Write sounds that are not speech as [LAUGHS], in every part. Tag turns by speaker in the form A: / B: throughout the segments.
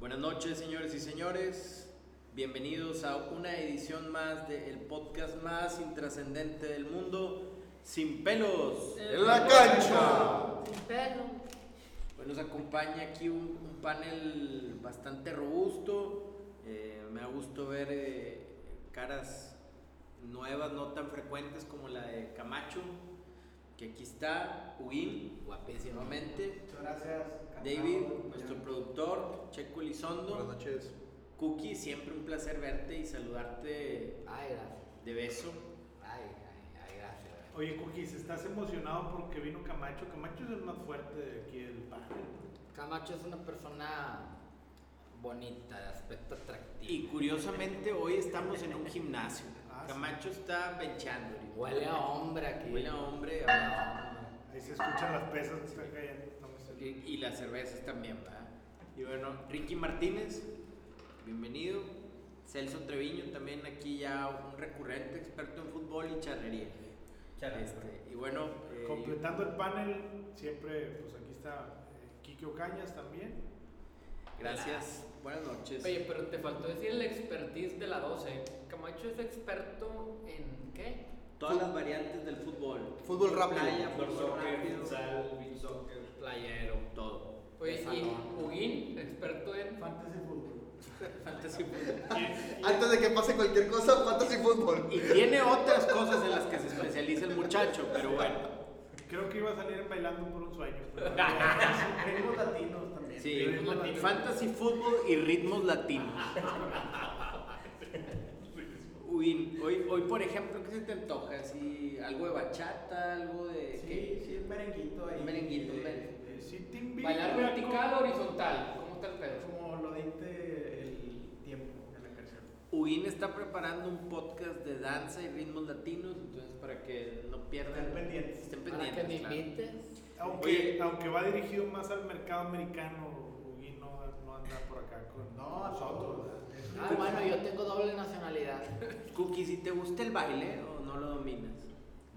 A: Buenas noches, señores y señores. Bienvenidos a una edición más del podcast más intrascendente del mundo, Sin Pelos.
B: En la cancha.
C: Sin pelo.
A: Hoy nos acompaña aquí un, un panel bastante robusto. Eh, me da gusto ver eh, caras nuevas, no tan frecuentes como la de Camacho, que aquí está, Huguín, guapísimamente.
D: Muchas gracias. encantado.
A: David, nuestro productor, Checo
B: Buenas
A: Elizondo.
B: noches.
A: Cookie, siempre un placer verte y saludarte
C: Ay, gracias.
A: de beso.
C: Ay, ay, ay, gracias.
D: Oye, Cookies, estás emocionado porque vino Camacho. Camacho es el más fuerte de aquí del panel.
C: Camacho es una persona bonita, de aspecto atractivo.
A: Y curiosamente hoy estamos en un gimnasio.
D: [LAUGHS] Ah, sí.
A: Camacho está benchando. ahorita.
C: Huele a hombre aquí.
A: Huele a hombre.
C: Huele a hombre.
D: Ahí se escuchan las pesas que están cayendo. No me
A: Y,
D: sé.
A: y las cervezas también, ¿verdad? Y bueno, Ricky Martínez, bienvenido. Celso Treviño, también aquí ya un recurrente experto en fútbol y charrería. Este, y bueno, eh,
D: Completando el panel, siempre, pues aquí está eh, Kike Ocañas también.
A: gracias. Buenas noches.
E: Oye, pero te faltó decir el expertise de la 12. Camacho es experto en qué?
A: Todas las variantes del fútbol.
B: Fútbol rápido.
A: Playa,
F: Fútbol
A: fútbol rápido,
F: beach soccer.
C: Playero.
A: todo.
E: Oye,
C: De
E: y
C: salón.
E: Huguín, experto en.
D: Fantasy Football.
A: Fantasy fútbol.
B: Antes de que pase cualquier cosa, fantasy fútbol.
A: Y tiene otras cosas en las que se especializa el muchacho, pero bueno.
D: Creo que iba a salir bailando por un sueño. pero-
F: [LAUGHS]
D: Ritmos latinos también.
A: Sí,
D: Ritmos latinos.
A: fantasy fútbol y ritmos latinos. Uy, hoy, hoy por ejemplo, ¿qué se te antoja? Así, ¿Algo de bachata? ¿Algo de qué?
F: sí, un merenguito
A: Un merenguito, un merenguito.
D: Eh, sí, Tim
E: Bailar
D: Bimbo.
E: vertical o horizontal. ¿Cómo está el pedo?
F: Como lo dice el tiempo de la canción.
A: Uin está preparando un podcast de danza y ritmos latinos, entonces para que no pierdan.
F: Estén pendientes.
A: Estén
C: Para que me
A: pendientes. claro.
C: invites.
D: Aunque,
A: Oye.
D: aunque va dirigido más al mercado americano, Ugi no, no anda por acá con
F: No,
D: nosotros.
C: Ah, bueno, yo tengo doble nacionalidad.
A: Cookie, si te gusta el baile o no lo dominas,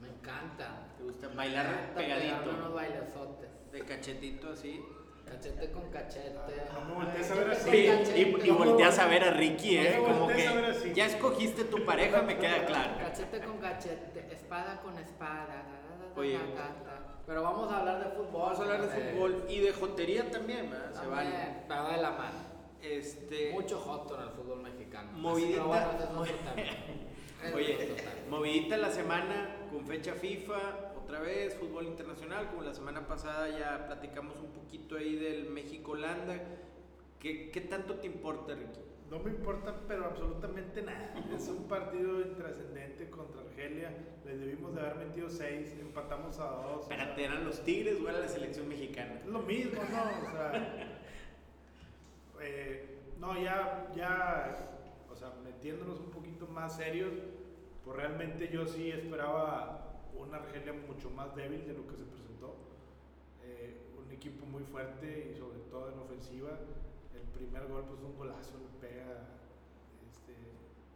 C: Me encanta.
A: te gusta bailar
C: Hasta pegarme unos
A: pegadito,
C: bailezotes.
A: de cachetito así.
C: Cachete con cachete.
D: Ah, No me voltees a ver así.
A: Sí, y,
C: Cachete
A: y
C: con-
A: volteas a ver a Ricky,
D: No me
A: ¿eh? Como
D: voltees a ver
A: que
D: así.
A: ya escogiste tu pareja, me queda claro.
C: Cachete con cachete, espada con espada. da, da, da,
A: Oye.
C: da, da, da. Pero vamos a hablar de fútbol.
A: Vamos a hablar de
C: Eh,
A: fútbol y de jotería también, ¿verdad? Se
C: también,
A: vale.
C: Pero de la mano.
A: Este,
C: Mucho joto en el fútbol mexicano.
A: Movidita.
C: Pero bueno, ese es otro
A: [LAUGHS]
C: tema. Es
A: Oye, [LAUGHS]
C: otro tema.
A: movidita la semana con fecha FIFA, otra vez, fútbol internacional, como la semana pasada ya platicamos un poquito ahí del México-Holanda. ¿Qué, qué tanto te importa, Ricky?
D: No me importa, pero absolutamente nada. Es un partido intrascendente contra Argelia. Les debimos de haber metido seis, empatamos a dos. o sea,
A: Espérate, eran los Tigres o era la selección mexicana.
D: es lo mismo, ¿no? O sea, eh, no, ya, ya, o sea, metiéndonos un poquito más serios, pues realmente yo sí esperaba una Argelia mucho más débil de lo que se presentó. Eh, un equipo muy fuerte y sobre todo en ofensiva. El primer gol, pues un golazo, le pega, este,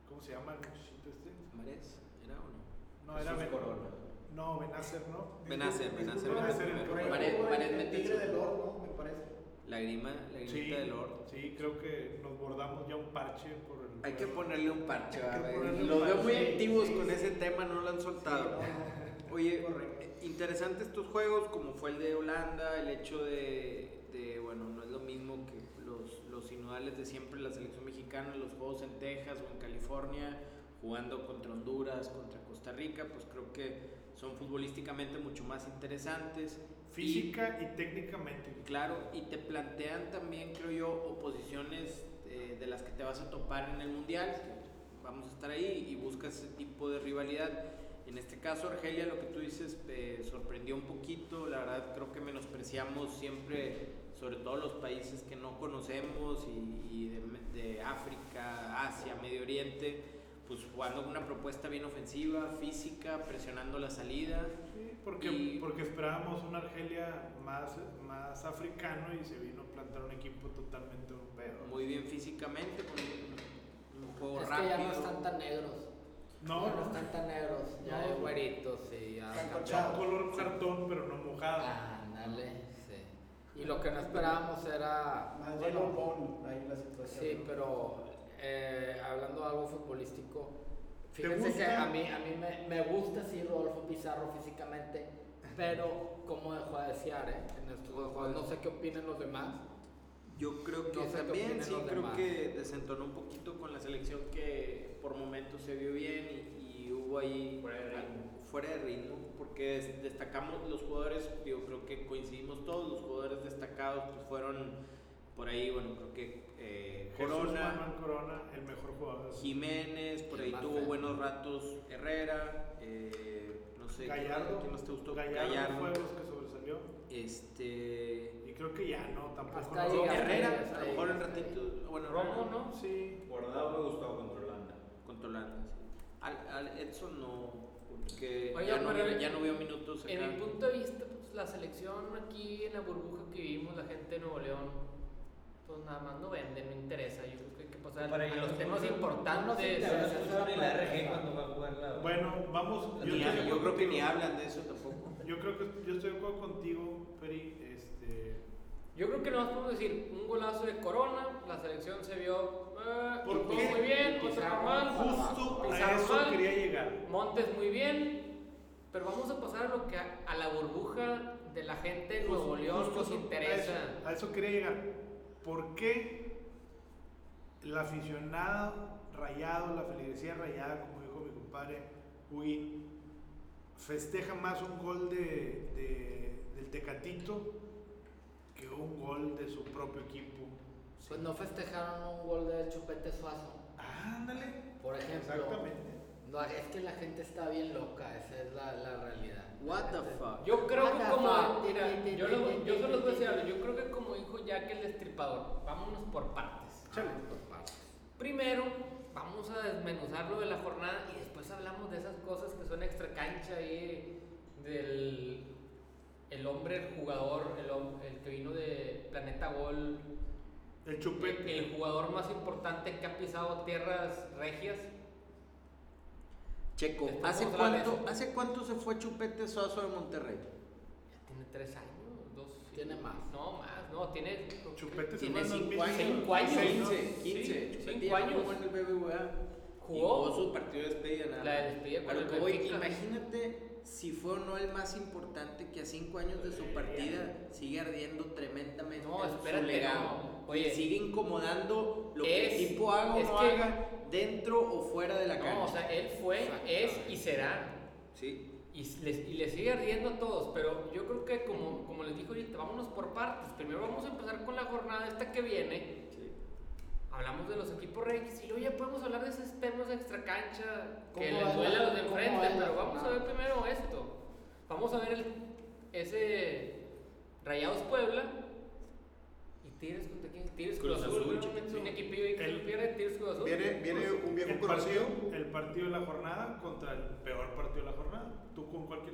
D: ¿cómo se llama el muchachito este?
A: ¿Marés? ¿Era o no?
D: No, era
A: Jesús
D: Ben-
A: Corona.
D: No, Benacer, ¿no?
A: Benacer, Benacer,
D: Benacer,
A: Benacer.
D: el
A: Vale,
F: Por
A: vale,
F: el
A: métete.
F: tigre del oro, ¿no? Me parece.
A: Lágrima, lagrimita
D: Sí,
A: del oro.
D: sí, creo que nos bordamos ya un parche por el.
A: Hay que ponerle un parche,
D: Hay que
A: a ver.
D: ponerle un
A: Los veo
D: parche,
A: muy
D: sí,
A: activos
D: sí,
A: con
D: sí.
A: ese tema, no lo han soltado. Oye, interesantes tus juegos, como fue el de Holanda, el hecho de, de, bueno, no es lo mismo que los, los sinodales de siempre, la selección mexicana, los juegos en Texas o en California, jugando contra Honduras, contra Costa Rica, pues creo que son futbolísticamente mucho más interesantes. Y-
D: Física y, técnicamente.
A: Claro, y te plantean también, creo yo, oposiciones eh, de las que te vas a topar en el Mundial. Vamos a estar ahí y buscas ese tipo de rivalidad. En este caso, Argelia, lo que tú dices, eh, sorprendió un poquito. La verdad, creo que menospreciamos siempre, sobre todo los países que no conocemos y, y de, de África, Asia, Medio Oriente, pues jugando con una propuesta bien ofensiva, física, presionando la salida.
D: Sí, porque,
A: Y-
D: porque esperábamos una Argelia más, más africano y se vino a plantar un equipo totalmente europeo.
A: muy bien físicamente, con un, un juego
C: Es que
A: rápido.
C: ya no están tan negros.
D: No,
C: Ya no
D: no,
C: están tan negros. Ya
D: No.
C: hay güeritos y ya.
F: Están
C: cambiaron.
A: Ah,
D: color cartón, pero no mojado.
C: Ándale, sí. Y lo que no esperábamos era.
F: Más
C: bueno,
F: lleno Bone, ahí la situación.
C: Sí,
F: ¿no?
C: pero eh, hablando de algo futbolístico, fíjense que
D: gusta?
C: a mí, a mí me, me gusta sí Rodolfo Pizarro físicamente, pero cómo dejó a desear ¿eh? en estos dos juegos. No sé qué opinen los demás.
A: Yo creo que
C: No sé qué
A: también,
C: opinen
A: sí,
C: los
A: creo
C: demás.
A: que desentonó un poquito con la selección que por momentos se vio bien y, y hubo ahí
D: Fuera de ritmo.
A: fuera de ritmo, porque des- destacamos los jugadores, yo creo que coincidimos todos, los jugadores destacados pues, fueron por ahí, bueno, creo que eh,
D: Jesús
A: Corona,
D: Manuel Corona, el mejor jugador.
A: Jiménez, por
C: El
A: ahí
C: más
A: tuvo
C: feo.
A: buenos ratos Herrera, eh, no sé, ¿quién-
D: Gallardo.
A: ¿quién más te gustó?
D: Gallardo,
A: Gallardo.
D: fue los que sobresalió.
A: Este...
D: Y creo que ya no, tampoco.
C: Hasta ahí
D: no.
C: llegaste.
A: Herrera,
C: hasta
A: a lo
C: ahí,
A: mejor un
C: hasta ahí.
A: ratito, bueno,
E: Romo,
A: Romo,
E: ¿no?
D: Sí.
G: Guardado me gustaba contra Holanda.
A: controlando. Al, al Edson no, porque
E: Oye,
A: ya, no
E: pero
A: vio,
E: en-
A: ya no vio minutos
E: En mi
A: acá.
E: punto de vista, pues, la selección aquí en la burbuja que vivimos, la gente de Nuevo León, pues nada más no vende, no interesa. Yo creo que hay que pasar
G: Para
E: a
G: ellos
E: los
G: no
E: temas
G: nos
E: importantes.
C: interesa.
E: ¿sabes?
G: en la RG cuando va a jugar la.
D: Bueno, vamos.
A: Ni
D: estoy de
A: hab- yo
D: acuerdo
A: creo que ni
D: contigo.
A: hablan de eso tampoco.
D: Yo creo que yo estoy de acuerdo contigo, Peri. Este,
E: Yo creo que no podemos decir un golazo de Corona, la selección se vio eh,
D: ¿Por
E: jugó
D: qué?
E: muy bien, otro
C: Pizarro,
E: normal,
D: justo a
E: Pizarro
D: eso
E: mal,
D: quería llegar.
E: Montes muy bien, pero vamos a pasar a lo que a, a la burbuja de la gente de Nuevo
D: Justo-
E: León
D: justo
E: nos
D: eso-
E: interesa.
D: A eso, a eso quería llegar. ¿Por qué el aficionado rayado, la feligresía rayada, como dijo mi compadre Huguín, festeja más un gol de, de- del Tecatito que un gol de su propio equipo?
C: Pues no festejaron un gol del Chupete Suazo,
D: Ándale.
C: por ejemplo.
D: Exactamente.
C: No, es que la gente está bien loca, esa es la, la realidad. Este,
A: What
C: La
A: the
C: gente-
A: fuck.
E: Yo creo
C: What
E: que
C: the
E: como.
C: fuck?
E: Mira,
C: Ti, ti,
E: yo,
C: ti,
E: lo-
C: ti,
E: yo
C: ti,
E: se los
C: ti,
E: voy a decir
C: ti.
E: algo. Yo creo que como dijo Jack el destripador, vámonos por partes.
D: Chale.
E: Primero, vamos a desmenuzar lo de la jornada y después hablamos de esas cosas que son extra cancha ahí del el hombre, el jugador, el, hom- el que vino de Planeta Gol,
D: El
E: el,
D: chupete.
E: el jugador más importante que ha pisado tierras regias.
A: Checo,
E: Estamos
A: ¿hace
E: otra
A: cuánto,
E: vez.
A: ¿hace cuánto se fue Chupete Suazo de Monterrey?
E: Ya tiene tres años, dos.
C: Tiene más.
E: No, más, no, tiene. creo que-
D: Chupete se
A: Tiene
D: fue en
A: cinco
D: 2015,
A: años.
E: Cinco años.
D: seis, ¿no?
A: 15, 15.
E: Sí,
A: Chupete
E: cinco
A: ya
E: años.
A: Jugó en el BBVA.
E: Jugó.
A: Y Jugó su partido de despedida nada.
E: La
A: más.
E: despedida con
A: A lo
E: el
A: que voy,
E: Benfica.
A: imagínate si fue o no el más importante que a cinco años de su partida sigue ardiendo tremendamente
E: No,
A: su
E: espérate,
A: legado.
E: no. Oye.
A: Y sigue incomodando lo
E: Es-
A: que el tipo haga o
E: es
A: no
E: que-
A: haga dentro o fuera de la cancha.
E: No, o sea, él fue, es y será.
A: sí.
E: Y le, y le sigue ardiendo a todos, pero yo creo que como, como les dije ahorita, vámonos por partes. Primero vamos a empezar con la jornada esta que viene. Hablamos de los equipos rex y luego ya podemos hablar de esos temas extra cancha que
C: ¿Cómo
E: les
C: es
E: duele
C: la-
E: a los de
C: cómo
E: enfrente,
C: es la
E: pero vamos a ver
C: jornada?
E: primero esto. Vamos a ver el- ese Rayados Puebla y Tigres contra quién? Tigres Cruz,
A: Cruz
E: Azul,
A: Azul,
E: ¿no?
A: chiquito.
E: un equipo que
D: El-
E: lo pierde, Tigres Cruz Azul.
B: Viene, viene un viejo
D: El
B: conocido.
D: partido, el partido de la jornada contra el peor partido de la jornada. Tú con cualquier.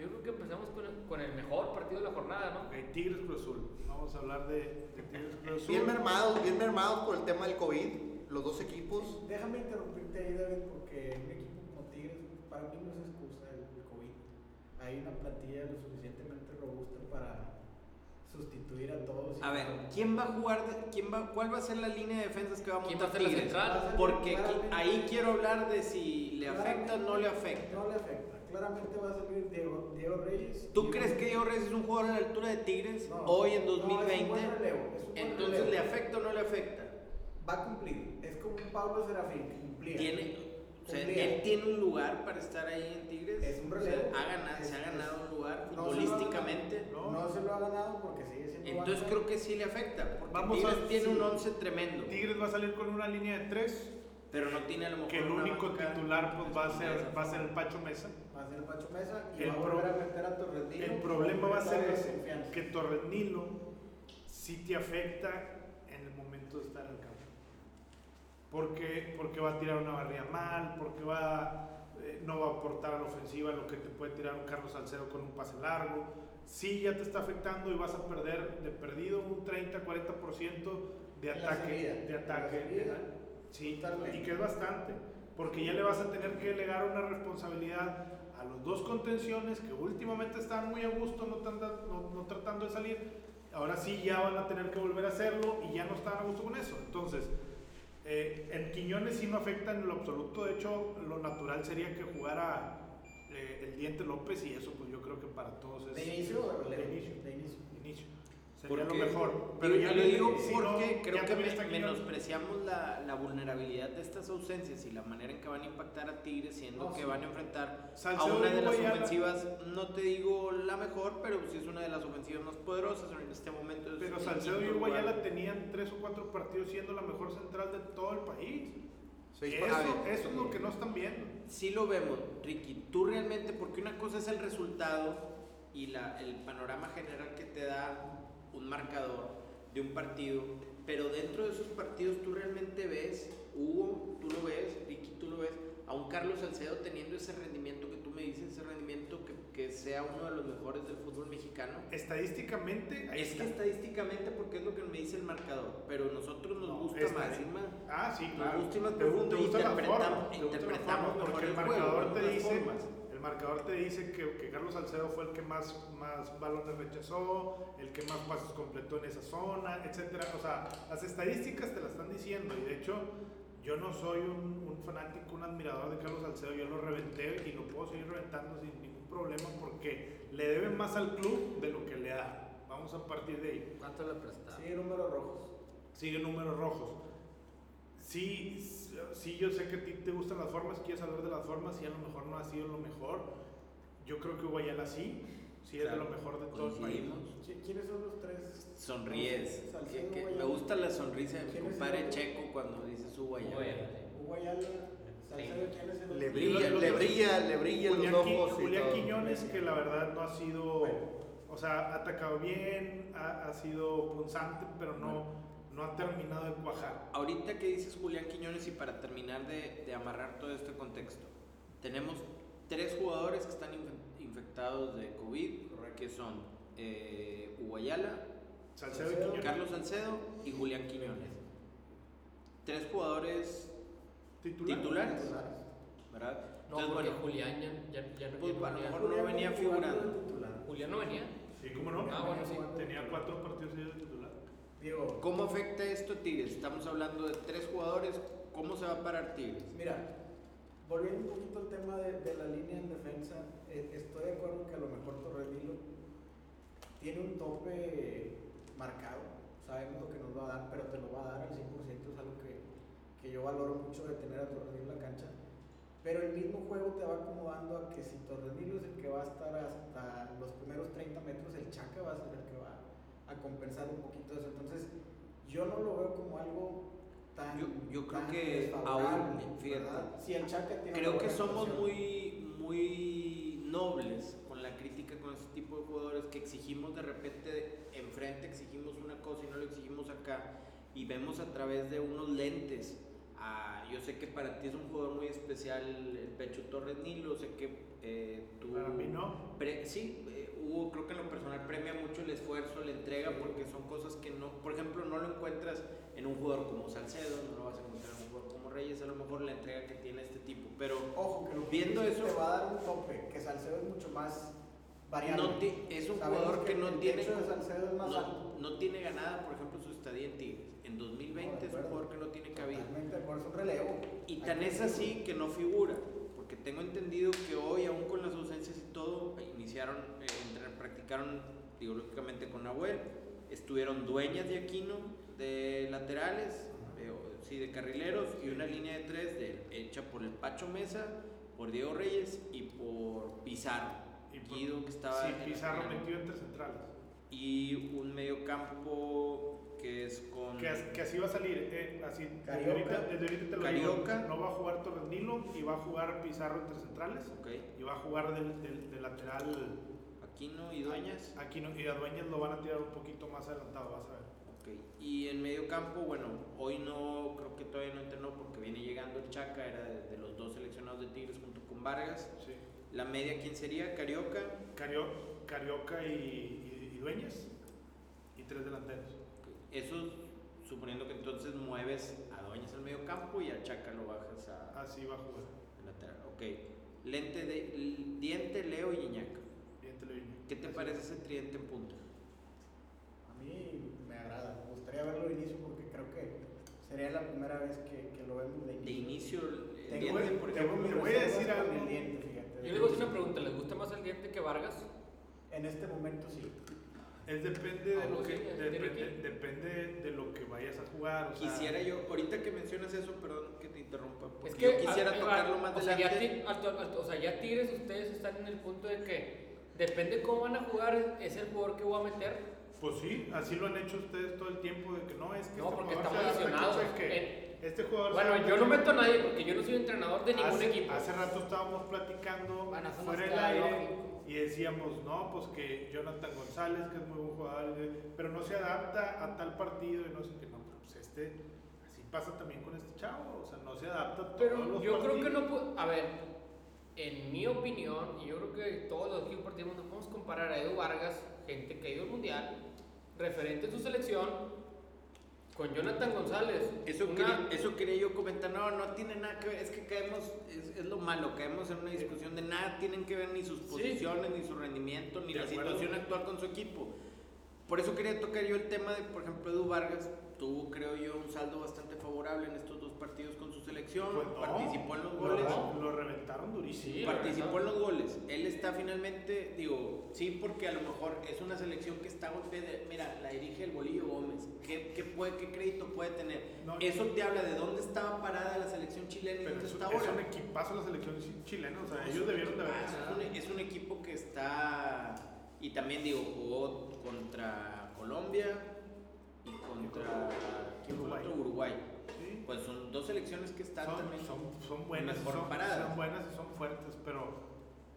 E: Yo creo que empezamos con el, con el mejor partido de la jornada, ¿no?
D: Ok, Tigres Cruz Azul. Vamos a hablar de, de Tigres Cruz
B: Bien
D: Azul.
B: mermados, bien mermados por el tema del COVID. Los dos equipos.
F: Déjame interrumpirte ahí, David, porque un equipo como Tigres, para mí no es excusa el el COVID. Hay una plantilla lo suficientemente robusta para sustituir a todos.
A: A ver, ¿quién va a jugar? de- quién va, ¿Cuál va a ser la línea de defensas que va a
E: ¿Quién va a
A: montar
E: ser la
A: Tigres?
E: central?
A: Porque aquí- ahí quiero hablar de si le afecta o no le afecta.
F: No le afecta. Claramente va a salir Diego, Diego Reyes.
A: ¿Tú
F: y-
A: crees que Diego Reyes es un jugador a la altura de Tigres
F: No,
A: hoy en
F: no, es un buen
A: 2020?
F: relevo, es un buen
A: Entonces,
F: relevo.
A: ¿le afecta o no le afecta?
F: Va a cumplir. Es como un Pablo Serafín que cumplía.
A: Tiene, o sea,
F: Cumplía.
A: él tiene un lugar para estar ahí en Tigres.
F: Es un relevo.
A: O sea, ha ganado, se ha
F: Es-
A: ganado un lugar
F: no,
A: futbolísticamente.
D: no,
F: No se lo ha ganado porque sigue siendo.
A: Entonces
F: banca.
A: creo que sí le afecta. Porque
D: Vamos
A: Tigres
D: a-
A: tiene
D: sí.
A: un 11 tremendo.
D: Tigres va a salir con una línea de tres.
A: Pero no tiene a lo mejor.
D: Que el
A: una
D: único
A: banca-
D: titular pues, va, a ser, va a ser el Pacho Mesa.
F: Va a ser Pacho Mesa y
D: El
F: va a volver
D: pro-
F: a meter a Torrentino.
D: El problema va a ser
F: Toda la
D: ese,
F: confianza.
D: que Torres Nilo sí te afecta en el momento de estar al campo. Porque, porque va a tirar una barrida mal, porque va, eh, no va a aportar a la ofensiva lo que te puede tirar un Carlos Salcedo con un pase largo. Sí, ya te está afectando y vas a perder de perdido un 30-40% de
F: En la
D: ataque.
F: salida,
D: de
F: en la
D: ataque
F: salida.
D: Sí,
F: Totalmente.
D: y que es bastante, porque ya le vas a tener que delegar una responsabilidad a a los dos contenciones que últimamente estaban muy a gusto, no, tan- no- no tratando de salir, ahora sí ya van a tener que volver a hacerlo y ya no están a gusto con eso. Entonces, eh, en Quiñones sí no afecta en lo absoluto, de hecho lo natural sería que jugara eh, el Diente López y eso pues yo creo que para todos es...
F: ¿De inicio o de
D: de
F: relevo?
D: inicio?
F: De inicio.
D: inicio. Sería
A: Porque-
D: lo mejor. Pero
A: digo,
D: ya
A: yo lo
D: viene-
A: digo
D: si no,
A: porque
D: ya
A: creo que
D: también
A: me-
D: está Quiñones.
A: menospreciamos la, la vulnerabilidad de estas ausencias y la manera en que van a impactar a Tigres, siendo
F: No,
A: que
F: sí.
A: van a enfrentar
D: Salcedo
A: a una
D: y
A: de las
D: Guayala.
A: ofensivas, no te digo la mejor, pero sí es una de las ofensivas más poderosas en este momento. es
D: Pero
A: el
D: Salcedo y
A: quinto
D: Uruguay ya
A: lugar.
D: la tenían tres o cuatro partidos siendo la mejor central de todo el país.
B: Seis
D: eso,
B: pa-
D: eso es lo que no están viendo.
A: Sí lo vemos, Ricky. Tú realmente, porque una cosa es el resultado y la, el panorama general que te da un marcador de un partido, pero dentro de esos partidos tú realmente ves, Hugo, tú lo ves, Ricky, tú lo ves, a un Carlos Salcedo teniendo ese rendimiento que tú me dices, ese rendimiento que, que sea uno de los mejores del fútbol mexicano.
D: Estadísticamente, ahí
A: Es que
D: está.
A: estadísticamente, porque es lo que me dice el marcador, pero a nosotros nos
D: No,
A: gusta
D: esta-
A: más, es más.
D: Ah, sí,
A: Nos
D: claro.
A: gusta más
D: Te, gu-
A: profundo
D: te
A: y
D: gusta la
A: interpretamos-
D: forma. te gusta la
A: interpretamos
D: forma,
A: mejor
D: porque el
A: el juego,
D: marcador te
A: otras
D: dice.
A: formas.
D: El marcador te dice que, que Carlos Salcedo fue el que más, más balones rechazó, el que más pases completó en esa zona, etcétera. O sea, las estadísticas te las están diciendo. Y de hecho, yo no soy un, un fanático, un admirador de Carlos Salcedo. Yo lo reventé y lo puedo seguir reventando sin ningún problema porque le debe más al club de lo que le da. Vamos a partir de ahí.
E: ¿Cuánto le prestaron?
F: Sigue números rojos.
D: Sigue números rojos. Sí, s- sí, yo sé que a ti te gustan las formas, quieres hablar de las formas y a lo mejor no ha sido lo mejor. Yo creo que Guayala sí, sí es de
A: Claro,
D: lo mejor de todo el país.
A: Coincidimos.
F: ¿Qui- ¿Quiénes son los tres?
A: Sonríes.
F: Salcedo,
A: Que- que- me
F: Guayala.
A: gusta la sonrisa de mi
F: ¿Quién es el
A: compadre
F: otro?
A: Checo cuando dice su guayaba.
F: Hugo Ayala, Salcedo, ¿quién es el otro?
B: Le brilla,
D: lo-
B: le
D: lo-
B: brilla, le brillan los
D: Julián, Qui-
B: ojos. y
D: Julián
B: todo.
D: Quiñones, que la verdad no ha sido,
F: Bueno.
D: o sea, ha atacado bien, ha, ha sido punzante, pero no, no ha terminado de cuajar.
A: Ahorita que dices Julián Quiñones y para terminar de, de amarrar todo este contexto, tenemos tres jugadores que están inf- infectados de COVID, que son eh, Uguayala,
D: Salcedo y
F: Salcedo,
D: Quiñones,
A: Carlos Salcedo y Julián Quiñones. Tres jugadores
D: titular.
A: titulares, ¿verdad?
E: No,
A: Entonces,
E: porque
A: bueno,
E: Julián ya, ya, ya no
A: Pues,
E: ya
A: a
E: no
A: lo
E: venía.
A: mejor no venía figurando.
F: Titular.
E: Julián no venía.
D: Sí, cómo no.
E: Ah, bueno, sí.
D: Tenía cuatro partidos y de titular.
F: Digo,
A: ¿Cómo afecta esto a Tigres? Estamos hablando de tres jugadores. ¿Cómo se va a parar Tigres?
F: Mira, volviendo un poquito al tema de, de la línea en defensa, eh, estoy de acuerdo que a lo mejor Torredilo tiene un tope marcado, sabemos lo que nos va a dar, pero te lo va a dar al 100%, es algo que, que yo valoro mucho de tener a Torredilo en la cancha. Pero el mismo juego te va acomodando a que si Torredilo es el que va a estar hasta los primeros 30 metros, el Chaca va a ser el que va a compensar un poquito eso. Entonces, yo no lo veo como algo tan.
A: Yo- yo creo
F: tan
A: que
F: desfavorable,
A: aún, fíjate,
F: ¿verdad? Si el Chaca tiene
A: Creo
F: una
A: que
F: buena
A: somos
F: actuación.
A: muy, muy nobles con la crítica con este tipo de jugadores que exigimos de repente enfrente, exigimos una cosa y no lo exigimos acá. Y vemos a través de unos lentes. Ah, yo sé que para ti es un jugador muy especial el Pecho Torres Nilo, sé que eh, tú...
D: Para mí no.
A: Pre- sí, eh, Hugo creo que en lo personal premia mucho el esfuerzo, la entrega, porque son cosas que no, por ejemplo, no lo encuentras en un jugador como Salcedo, no lo vas a encontrar en un jugador como Reyes, a lo mejor la entrega que tiene este tipo, pero
F: Ojo, que lo que
A: Viendo
F: dices
A: eso-
F: Te va a dar un tope, que Salcedo es mucho más variable.
A: no ti- es un
F: Sabemos
A: jugador que, no
F: el
A: tiene
F: techo de Salcedo es más alto.
A: no, no tiene ganada, por ejemplo, su estadía en Tigres. En 2020
F: No, de
A: es un
F: acuerdo.
A: jugador que no tiene cabida.
F: Totalmente, por eso relevo.
A: Y
F: Hay
A: tan
F: que
A: es
F: decirlo.
A: así que no figura, porque tengo entendido que hoy, aún con las ausencias y todo, iniciaron, eh, entre- practicaron, digo, lógicamente con Nahuel, estuvieron dueñas de Aquino, de laterales, de, o- sí, de carrileros, y una línea de tres de- hecha por el Pacho Mesa, por Diego Reyes y por Pizarro.
D: Y por-
A: Guido, que estaba en la
D: sí, Pizarro
A: final,
D: metido entre centrales.
A: y un medio campo que es con
D: Que, as- que así va a salir, eh, así. Desde
F: Carioca.
D: ahorita, desde ahorita te lo
A: Carioca.
D: digo. No va a jugar Torres Nilo y va a jugar Pizarro entre centrales
A: ok,
D: y va a jugar del, del- del lateral.
A: Aquino y Dueñas.
D: Aquí no, y a Dueñas lo van a tirar un poquito más adelantado, vas a ver.
A: Ok, Y en medio campo, bueno, hoy no, creo que todavía no entrenó porque viene llegando el Chaca, era de, de los dos seleccionados de Tigres junto con Vargas.
D: Sí.
A: La media, ¿quién sería? Carioca.
D: Cario- Carioca y, y- y Dueñas y tres delanteros.
A: Ok, Eso suponiendo que entonces
D: Ah.
A: mueves a Dueñas al medio campo y a Chaca lo bajas a,
D: Así va a jugar.
A: al lateral. Ok. Lente de, Diente, Leo y Iñac.
D: Bien, te lo digo.
A: ¿Qué te
D: Así.
A: parece ese tridente en punto?
F: A mí me agrada, me gustaría verlo de inicio porque creo que sería la primera vez que, que lo vemos de
A: De
F: inicio.
A: inicio, el el
F: Tengo-
A: diente, por
F: tengo
A: ejemplo.
F: mis
D: te voy a
F: reservas
D: decir
F: con
D: algo.
F: el diente, fíjate.
E: Yo les voy a hacer una pregunta, ¿les gusta más el diente que Vargas?
F: En este momento sí.
D: Es depende de
E: Ah,
D: lo
E: pues
D: que
E: sí, es
D: depende,
E: Ricky.
D: depende de lo que vayas a jugar. O sea,
A: Quisiera yo, ahorita que mencionas eso, perdón que te interrumpa, porque
E: Es
A: yo
E: que
A: quisiera
E: ahí va.
A: tocarlo más
E: o sea, ya
A: adelante.
E: ti- alto- alto- o sea, ya tires ustedes están en el punto de que depende cómo van a jugar, es el jugador que voy a meter.
D: Pues sí, así lo han hecho ustedes todo el tiempo de que no es que este
E: No, porque
D: jugador
E: estamos
D: se da cuenta
E: lesionados.
D: que
E: Eh,
D: este jugador se
E: Bueno,
D: da
E: yo no
D: cuenta
E: meto a nadie porque yo no soy entrenador de ningún
D: hace,
E: equipo.
D: Hace rato estábamos platicando
C: Bueno, eso no
D: fuera del
C: está
D: aire
C: lógico.
D: y decíamos, no, pues que Jonathan González, que es muy buen jugador, eh, pero no se adapta a tal partido y no sé qué, no, pero pues este, así pasa también con este chavo, o sea, no se adapta a todos
E: Pero
D: los
E: yo creo que
D: partidos.
E: no pu- A ver, en mi opinión, y yo creo que todos los equipos partimos, no podemos comparar a Edu Vargas, gente que ha ido al mundial, referente en su selección, con Jonathan González.
A: Eso,
E: Una-
A: quería, eso quería yo comentar, no, no tiene nada que ver, es que caemos, es, es lo malo, caemos en una discusión de nada tienen que ver ni sus posiciones, ni su rendimiento, ni
D: De
A: la
D: acuerdo.
A: situación actual con su equipo. Por eso quería tocar yo el tema de, por ejemplo, Edu Vargas, tuvo, creo yo, un saldo bastante favorable en estos dos partidos con su selección,
D: Pues no,
A: participó en los
D: lo
A: goles.
D: re- Lo reventaron durísimo.
E: Sí,
A: Participó en los goles. Él está finalmente, digo, sí, porque a lo mejor es una selección que está golpeada. Mira, la dirige el Bolillo Gómez. ¿Qué, qué puede, qué crédito puede tener?
D: No,
A: Eso te habla de dónde estaba parada la selección chilena y
D: Pero
A: dónde
D: es,
A: está
D: es
A: ahora.
D: un equipazo la selección chi- chilena, o sea, ellos debieron de haber
A: Ah, es
D: ganado.
A: un- es un equipo que está. Y también, digo, jugó contra Colombia y contra ¿quién fue el
D: Uruguay.
A: otro? Uruguay.
D: Sí.
A: Pues son dos selecciones que están también.
D: son, son, son buenas, y
A: mejor
D: son,
A: paradas.
D: son buenas y son fuertes, pero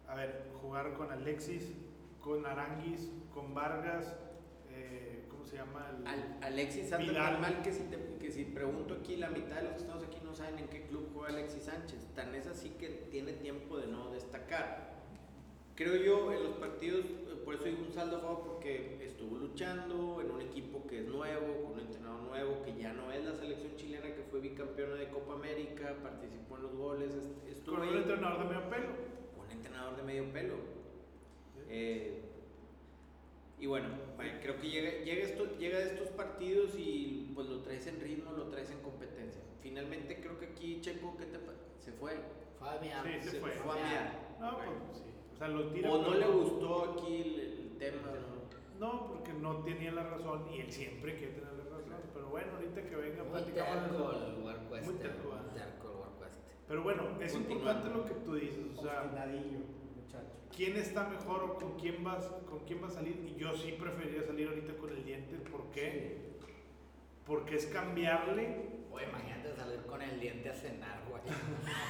D: a ver, jugar con Alexis, con Aranguis, con Vargas, eh, ¿cómo se llama? El-
A: Al- Alexis Sánchez,
D: Vidal.
A: normal que si, te- que si pregunto aquí, la mitad de los que estamos aquí no saben en qué club juega Alexis Sánchez. Tan es así que tiene tiempo de no destacar. Creo yo en los partidos, eh, por eso digo un saldo a favor, porque estuvo luchando en un equipo que es nuevo, con un entrenador nuevo, que ya no es la selección chilena que fue bicampeona de Copa América, participó en los goles, est- estuvo
D: con un
A: ahí.
D: entrenador de medio pelo.
A: un entrenador de medio pelo. Eh, y bueno, bueno, creo que llega, llega, esto- llega de estos partidos y pues lo traes en ritmo, lo traes en competencia. Finalmente creo que aquí Checo, ¿qué te pa- Se fue.
C: Fabián.
D: Sí, se fue.
A: a mear.
D: No,
A: Bueno.
D: pues sí. O sea, lo tira.
A: O
D: por-
A: no le gustó aquí el, el tema.
D: No, porque no tenía la razón y él siempre quiere tener la razón. Pero bueno, ahorita que venga,
C: Muy
D: platicamos. de
C: terco
D: eso.
C: el Warquest.
D: Muy terco, este. ah.
C: Muy terco el Warquest.
D: Pero bueno, es
A: Continuando.
D: importante lo que tú dices. O sea,
F: Obstinadillo, muchacho.
D: quién está mejor o con quién vas con quién vas a salir y yo sí preferiría salir ahorita con el diente ¿por qué? porque es cambiarle
C: Oye, imagínate salir con el diente a cenar, güey.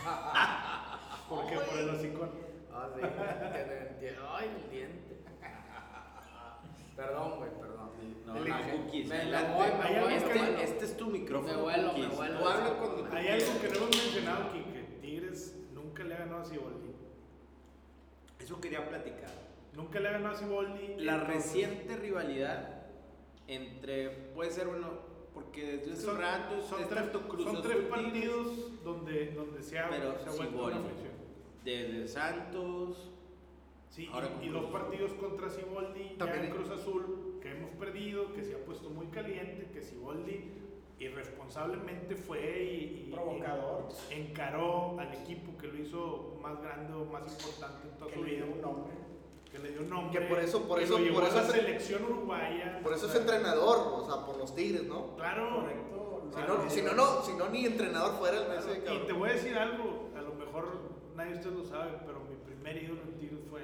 A: Ah,
D: porque por el hocicón
C: Ah, sí, que te- Ay, el diente. Perdón, güey, perdón.
A: No,
D: El-
A: no, Cookies,
C: me
A: adelante.
C: voy, me
D: Hay
C: voy,
D: algo
C: me
D: que-
C: vuelo.
A: Este, este es tu micrófono.
C: Me vuelo, me
A: Cookies.
C: vuelo.
A: Tú habla cuando tú
D: hay
A: quieras.
D: algo que no hemos mencionado aquí que Tigres nunca le ha ganado a Ciboldi
A: Eso quería platicar.
D: nunca le ha ganado a Ciboldi
A: La reciente rivalidad entre. Puede ser, bueno, porque desde hace
D: son,
A: rato
D: son
A: es
D: tres,
A: tanto Cruz
D: son
A: Azul,
D: tres
A: Tigres,
D: partidos donde, donde se ha,
A: Pero
D: se ha vuelto una
A: Siboldi.
D: fricción.
A: desde Santos.
D: Sí,
A: Ahora
D: y-
A: con
D: y,
A: Cruz
D: dos
A: Azul.
D: partidos contra Siboldi, ya
B: También
D: en
B: hay-
D: Cruz Azul, que hemos perdido, que se ha puesto muy caliente, que Siboldi irresponsablemente fue y, y-
F: Provocador.
D: y encaró al equipo que lo hizo más grande o más importante en toda
F: Que
D: su
F: le
D: vida,
F: dio un nombre.
D: que le dio un nombre,
B: Que por eso- por
D: que
B: eso-
D: lo llevó
B: por
D: a
B: eso
D: la
B: se-
D: selección uruguaya.
B: Por eso
D: o
B: es
D: sea,
B: entrenador, o sea, por los Tigres, ¿no?
D: Claro.
F: Correcto.
B: Si no, si no, no, si no, ni entrenador fuera el
D: claro.
B: Messi,
D: Y te
B: cabrón.
D: voy a decir algo, a lo mejor nadie de ustedes lo sabe, pero mi primer ídolo en Tigres fue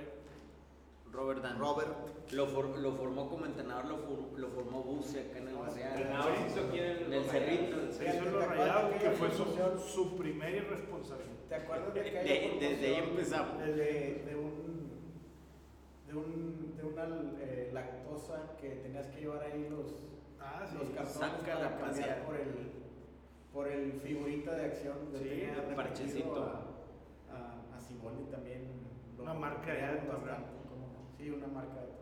A: Robert Dan.
B: Robert.
A: Lo, for- lo formó como entrenador, lo, for- lo formó Buse acá en el Barreal.
G: Ahora sí se quieren
A: Del Cerrito.
D: Se hizo en los rayados, que fue su, su primera irresponsabilidad.
F: ¿Te acuerdas de que hay
A: De-
F: una
A: desde ahí
F: promoción
A: empezamos.
F: De, de- de un. De, un, de una eh, lactosa que tenías que llevar ahí los,
D: Ah, sí.
F: los cartones
A: saca
F: para
A: la
F: cambiar
A: paseada.
F: por el, por el figurita de acción. Yo
D: Sí,
F: tenía
D: el
F: repetido
A: parchecito.
F: A, a, a Siboldi también. lo
D: Una marca de
F: querían
D: alto,
F: bastante,
D: ¿verdad?
F: ¿cómo no? Sí, una marca de alto.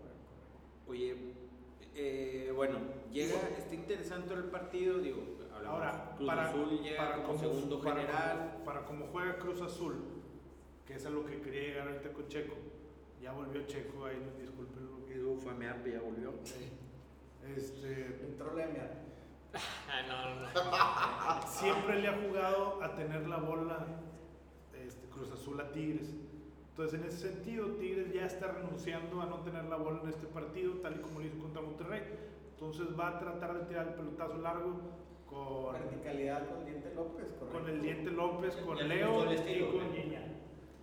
A: Oye, eh, bueno, llega, está interesante el partido, digo, hablamos.
D: Ahora,
A: Cruz
D: para,
A: Azul llega
D: para
A: como segundo
D: para
A: general.
D: como- para como juega Cruz Azul, que es a lo que quería llegar ahorita con Checo. Ya volvió Checo, ahí disculpen lo que
A: Edu fue a mear, pero ya volvió.
D: Este,
F: Entró la mía.
E: Ah, no, no, no.
D: siempre le ha jugado a tener la bola este, Cruz Azul a Tigres. Entonces, en ese sentido, Tigres ya está renunciando a no tener la bola en este partido, tal y como lo hizo contra Monterrey. Entonces, va a tratar de tirar el pelotazo largo con,
F: Verticalidad con Diente López, correcto.
D: con el Diente López, con
G: Ya le
D: Leo
G: gustó el
D: y
G: estilo,
D: con
G: ¿no?
D: Guiñac.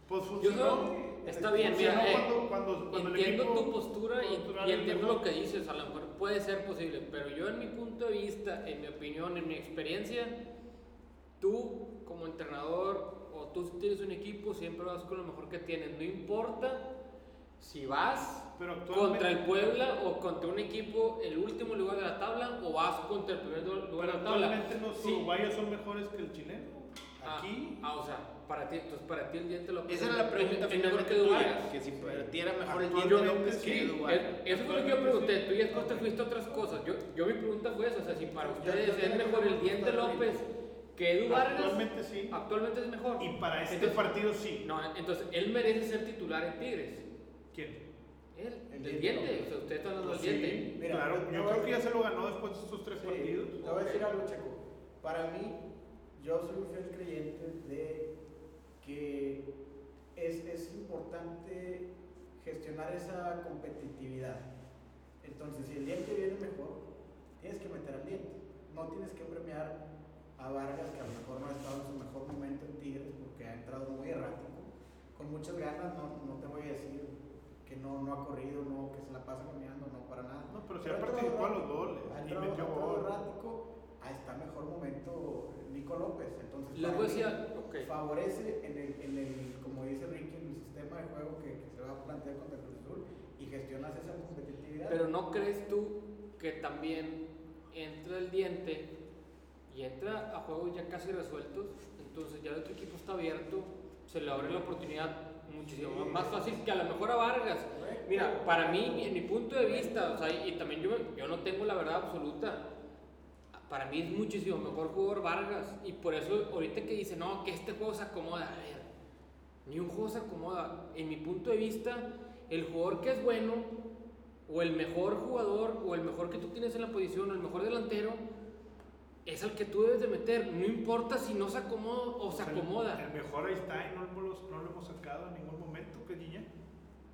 D: Pues
E: Yo
D: funcionó.
E: creo, está bien,
D: funcionó
E: mira, eh,
D: cuando, cuando, cuando el
E: entiendo
D: equipo-
E: tu postura y,
D: cultural
E: y
D: del
E: entiendo
D: mejor.
E: lo que dices, a lo mejor puede ser posible, pero yo en mi punto de vista, en mi opinión, en mi experiencia, tú como entrenador o tú si tienes un equipo, siempre vas con lo mejor que tienes, no importa si vas
D: Pero actualmente-
E: contra el Puebla o contra un equipo el último lugar de la tabla o vas contra el primer du- lugar de la tabla.
D: Actualmente los
E: Sí.
D: uruguayos son mejores que el chileno.
E: Ah,
D: Aquí.
E: Ah, o sea, para ti, entonces para ti el diente lo
A: Esa era la pregunta
E: el mejor
A: finalmente
E: que
A: tuya,
E: Dubái.
A: que si partiera mejor el
D: Actualmente
A: diente López
D: sí,
A: que
E: Sí,
A: Edu
E: eh, eso fue lo que yo pregunté. Tú ya después te fuiste a otras cosas. Yo, yo mi pregunta fue esa. O sea, si para ustedes es mejor el diente López que Edu Vargas,
D: Actualmente sí.
E: actualmente es mejor.
D: Y para este
E: Entonces-
D: partido sí.
E: No, entonces él merece ser titular en Tigres.
D: ¿Quién?
E: Él, el,
F: El
E: diente.
F: diente.
E: O sea, ustedes están dando
D: Pues
E: el diente.
D: sí,
F: Mira,
D: claro,
F: te
D: yo
F: voy a-
D: creo que ya se lo ganó después de estos tres
F: Sí,
D: partidos.
F: Te voy a decir algo, Checo. Para mí, yo soy un fiel creyente de que es, es importante gestionar esa competitividad. Entonces, si el diente viene mejor, tienes que meter al diente. No tienes que premiar a Vargas, que a lo mejor no ha estado en su mejor momento en Tigres, porque ha entrado muy errático, con muchas ganas. No, no te voy a decir que no, no ha corrido, no, que se la pasa caminando, no, para nada.
D: No, pero si ha
F: ha entrado
D: participado a
F: errático.
D: los goles
F: Ha
D: y
F: entrado, ha
D: metió
F: entrado
D: gol.
F: errático, ahí está mejor momento Nico López. Entonces,
E: Les
F: para
E: voy a
F: mí,
E: decir algo, ok.
F: favorece en el, en el, como dice Ricky, en el sistema de juego que, que se va a plantear contra Cruz Azul y gestionas esa competitividad.
E: Pero no crees tú que también entra el diente y entra a juegos ya casi resueltos, entonces ya el otro equipo está abierto, se le abre la oportunidad muchísimo
F: Sí.
E: más fácil que a lo mejor a Vargas.
F: Correcto.
E: Mira, para mí, en mi punto de vista, o sea, y también yo, yo no tengo la verdad absoluta, para mí es muchísimo mejor jugador Vargas y por eso ahorita que dice, no, que este juego se acomoda, a ver, ni un juego se acomoda. En mi punto de vista, el jugador que es bueno, o el mejor jugador, o el mejor que tú tienes en la posición, o el mejor delantero, es al que tú debes de meter. No importa si no se acomoda o se
D: sea, El
E: acomoda.
D: mejor ahí está y no lo, hemos- no lo hemos sacado en ningún momento, pues, que niña.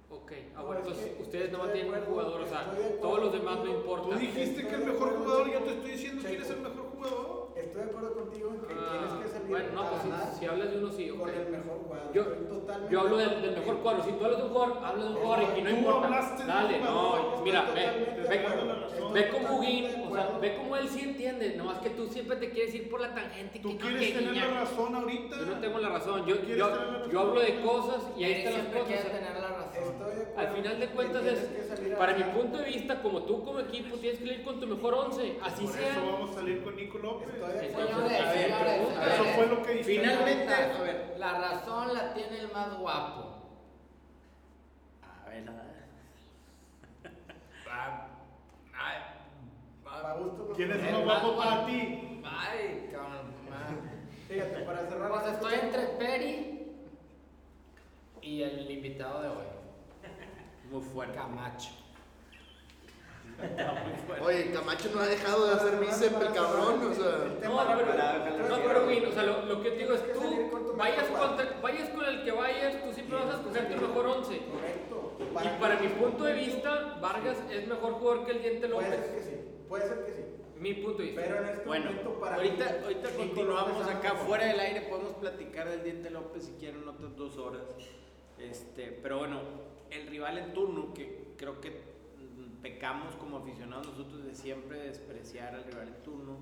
E: Ok, ah,
F: No,
E: bueno,
F: es
E: entonces
F: que
E: ustedes no
F: estoy de
E: tienen un
F: acuerdo,
E: jugador, o sea,
F: estoy de acuerdo
E: todos los demás no
F: contigo.
D: Tú
E: importa.
D: dijiste que el mejor jugador, yo te estoy diciendo quién es el mejor jugador.
F: Estoy de acuerdo contigo en que
E: Ah,
F: tienes que salir
E: bueno, no,
F: a
E: pues
F: ganar
E: si, si hablas de uno, sí, ok.
F: con el mejor jugador.
E: Yo-
F: Estoy totalmente
E: Yo hablo
F: de
E: del,
F: acuerdo
E: del mejor
F: contigo.
E: cuadro. Si tú hablas de un jugador, hablas de un
F: Es
E: jugador
F: que
E: y no
D: tú
E: importa.
D: hablaste de un
E: Dale,
D: jugador,
E: no, mira,
F: Estoy
E: ve.
F: totalmente
D: ve
F: de
D: con-
F: acuerdo.
D: ve
E: Ve
F: Estoy
E: con Bugín,
F: totalmente de
E: o sea,
F: acuerdo.
E: ve cómo él sí entiende, nomás que tú siempre te quieres ir por la tangente. que
D: Tú
E: no,
D: quieres
E: que
D: tener la
E: Guiñac.
D: razón ahorita.
E: Yo no tengo la razón, yo,
D: ¿Quieres
E: yo,
D: tener la razón?
E: yo hablo de cosas y ahí
C: Él
E: están las
C: siempre quiere
E: cosas.
C: tener la razón.
F: Estoy de acuerdo
E: Al final de
F: que
E: cuentas
F: tienes
E: es,
F: que salir a
E: para mi
F: ganar.
E: punto de vista, como tú como equipo tienes que ir con tu mejor once, así
D: Por eso
E: sea.
D: vamos a salir con Nico López.
F: Estoy de
E: Entonces,
F: acuerdo.
C: Señores,
A: a ver,
C: señores,
E: pregunta.
C: a ver,
D: Eso fue lo que dijiste.
A: Finalmente,
C: pregunta.
A: a ver.
C: La razón la tiene el más guapo.
A: A ver, a
C: Ah,
F: A gusto,
D: ¿Quién es
F: profesor.
D: lo
C: El
D: guapo
C: más
D: para
C: guapo.
D: ti?
C: Ay, cabrón. man.
F: Fíjate, para cerrar.
C: Pues
F: las
C: estoy
F: cosas-
C: entre Peri y el invitado de hoy,
A: muy fuerte.
C: Camacho.
B: Oye, Camacho no ha dejado de hacer bíceps, el cabrón, o sea.
E: No, pero, no, pero bien, o sea, lo, lo que te digo es
F: Tienes que
E: tú
F: salir con tu
E: vayas,
F: mejor
E: contra- vayas con el que vayas, tú siempre vas a escoger tu mejor once.
F: Correcto.
E: Y para mi punto de vista, Vargas es mejor jugador que el Diente
F: Puede ser
E: López.
F: que sí, puede ser que sí.
E: Mi punto de vista.
F: Pero en este
A: Bueno,
F: momento para
A: ahorita,
F: mí,
A: ahorita
F: Nico
A: continuamos
F: López anda
A: acá
F: mejor.
A: fuera del aire, podemos platicar del diente López si quieren otras dos horas. Este, pero bueno, el rival en turno, que creo que mm, pecamos como aficionados nosotros de siempre despreciar al rival en turno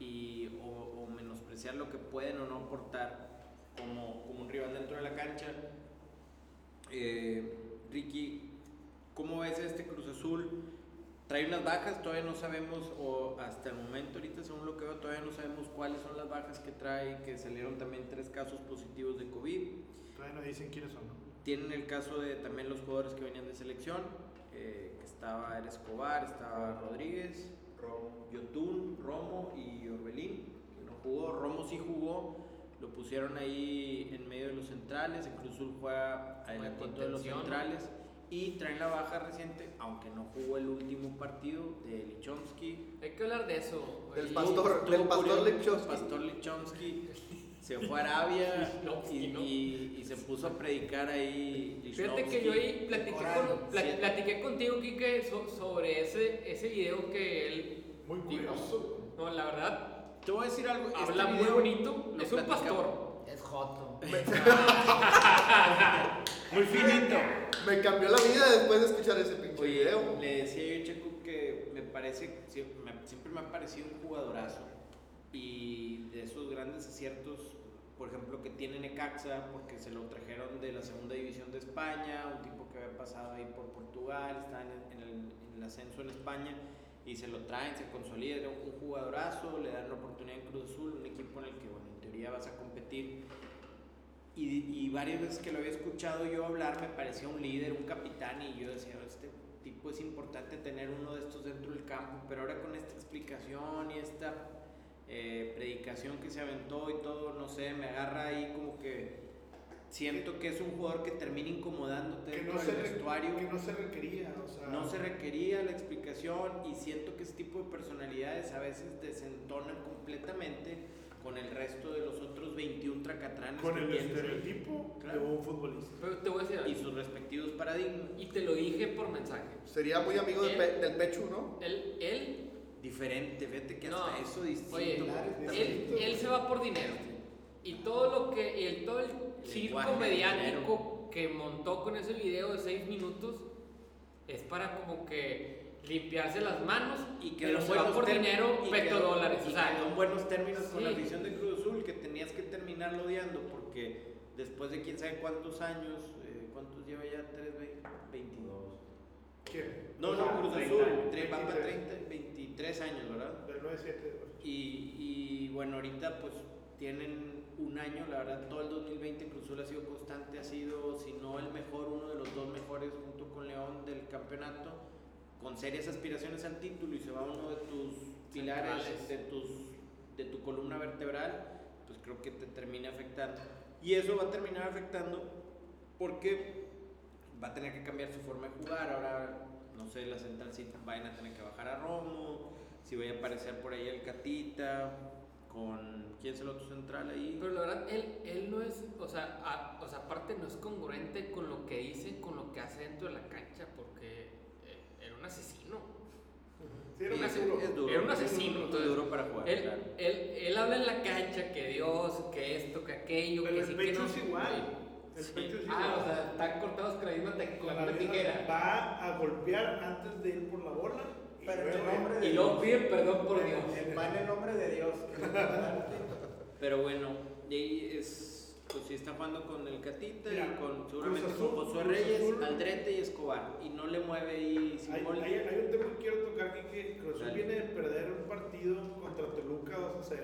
A: y, o, o menospreciar lo que pueden o no aportar como, como un rival dentro de la cancha. Eh, Ricky, ¿cómo ves este Cruz Azul? Trae unas bajas, todavía no sabemos, o hasta el momento, ahorita según lo que veo, todavía no sabemos cuáles son las bajas que trae, que salieron también tres casos positivos de COVID.
D: Todavía no dicen quiénes son.
A: Tienen el caso de también los jugadores que venían de selección, eh, que estaba era Escobar, estaba Rodríguez, Yotun, Romo y Orbelín, que no jugó. Romo sí jugó, Lo pusieron ahí en medio de los centrales. El Cruz Azul juega adelantito de los
E: contención.
A: centrales. Y traen la baja reciente, aunque no jugó el último partido, de Lichomsky.
E: Hay que hablar de eso.
B: Del
E: Y-
B: Pastor,
A: Estuvo
B: del Pastor
A: curioso,
B: Lichomsky.
A: Pastor Lichomsky se fue a
E: [LAUGHS]
A: Arabia y,
E: Lichomsky, ¿no?
A: y- y se puso a predicar ahí.
E: Fíjate que
A: Lichomsky.
E: yo ahí platiqué,
F: Corán,
E: con- pla-
A: sí.
E: platiqué contigo, Kike, so- sobre ese, ese video que él.
D: Muy
E: digo,
D: curioso.
E: No, la verdad,
A: Te voy a decir algo. este
E: habla muy
A: video
E: bonito.
A: lo
E: Es un
A: platicamos.
E: pastor.
C: Es joto.
A: Muy finito.
B: Me cambió la vida después de escuchar ese pinche
A: Oye,
B: video.
A: le decía yo a Checo que me parece, sie- me- siempre me ha parecido un jugadorazo. Y de esos grandes aciertos, por ejemplo, que tiene Necaxa, porque se lo trajeron de la segunda división de España, un tipo que había pasado ahí por Portugal, está en el, en el- en el ascenso en España, y se lo traen, se consolida, era un jugadorazo, le dan la oportunidad en Cruz Azul, un equipo en el que, bueno, en teoría vas a competir. Y, y varias veces que lo había escuchado yo hablar, me parecía un líder, un capitán, y yo decía, este tipo es importante tener uno de estos dentro del campo, pero ahora con esta explicación y esta eh, predicación que se aventó y todo, no sé, me agarra ahí como que siento que es un jugador que termina incomodándote
D: Que
A: dentro
D: no, se
A: del
D: re-
A: vestuario
D: que no se requería, o sea.
A: no se requería la explicación y siento que ese tipo de personalidades a veces desentonan completamente con el resto de los otros 21 tracatranes
D: con
A: que
D: el
A: tienes
D: estereotipo
A: Claro.
D: de un futbolista.
E: Pero te voy a decir
A: y
E: algo.
A: sus respectivos paradigmas.
E: Y te lo dije por mensaje.
B: Sería muy amigo de Pe- del Pechu, ¿no?
E: Él, él
A: Diferente, fíjate que hasta
E: No.
A: eso distinto.
E: Oye,
A: puta.
E: él, él se va por dinero. Y todo lo que. y el, todo el circo
A: lenguaje del
E: mediático que montó con ese video de 6 minutos es para como que limpiarse las manos y que pero
A: en
E: se va
A: buenos
E: por
A: términos-
E: dinero
A: y quedó-
E: petrodólares.
A: y
E: O sea,
A: quedó en buenos términos con la
E: sí.
A: visión de Cruz Azul, que tenías que terminarlo odiando, porque después de quién sabe cuántos años, eh, ¿cuántos lleva ya? ¿Tres, ve- 22?
D: ¿Quién?
A: No,
D: O
A: no,
D: sea,
A: Cruz
D: 30
A: Azul,
D: años,
A: tre- va para 30,
D: 23,
A: 23 años, ¿verdad?
D: Del 9-7.
A: Y, y, bueno, ahorita pues tienen un año, la verdad, todo el 2020 Cruz Azul ha sido constante, ha sido, si no el mejor, uno de los dos mejores junto con León del campeonato, con serias aspiraciones al título y se va uno de tus pilares,
E: Centrales.
A: de, tus, de tu columna vertebral, pues creo que te termina afectando. Y eso va a terminar afectando porque va a tener que cambiar su forma de jugar. Ahora, no sé, las centralcitas vayan a tener que bajar a Romo, si vaya a aparecer por ahí el Catita, con quién es el otro central ahí.
E: Pero la verdad, él, él no es, o sea, a- o sea, aparte no es congruente con lo que dice, con lo que hace dentro de la cancha, porque eh, era un asesino.
D: Sí, era un
E: Y ese-
D: asesino.
E: es Era un asesino,
A: muy
E: entonces,
A: duro para jugar.
E: Él,
A: claro.
E: él, él habla en la cancha que Dios, que esto, que aquello,
D: Pero
E: que
D: el
E: sí, que
D: pecho
E: no.
D: es igual. El
A: Sí.
D: pecho es igual.
E: Ah, o sea, están cortados con la misma, te- con la misma
D: misma-
E: tijera.
D: Va a golpear antes de ir por la bola. y
F: Pero en
D: luego-
F: nombre de
E: Y luego piden perdón por Dios.
F: El va en el nombre de Dios. que lo guardaste.
A: Pero bueno, y ahí es, pues sí está jugando con el Catita y
D: Mira,
A: con seguramente
D: Cruz Azul,
A: con Josué
D: Cruz
A: Reyes,
D: Azul.
A: Aldrete y Escobar. Y no le mueve ahí
D: Hay,
A: Simón.
D: hay- hay un tema que quiero tocar aquí que Cruz Azul
A: Dale.
D: viene de perder un partido contra Toluca 2 a 0.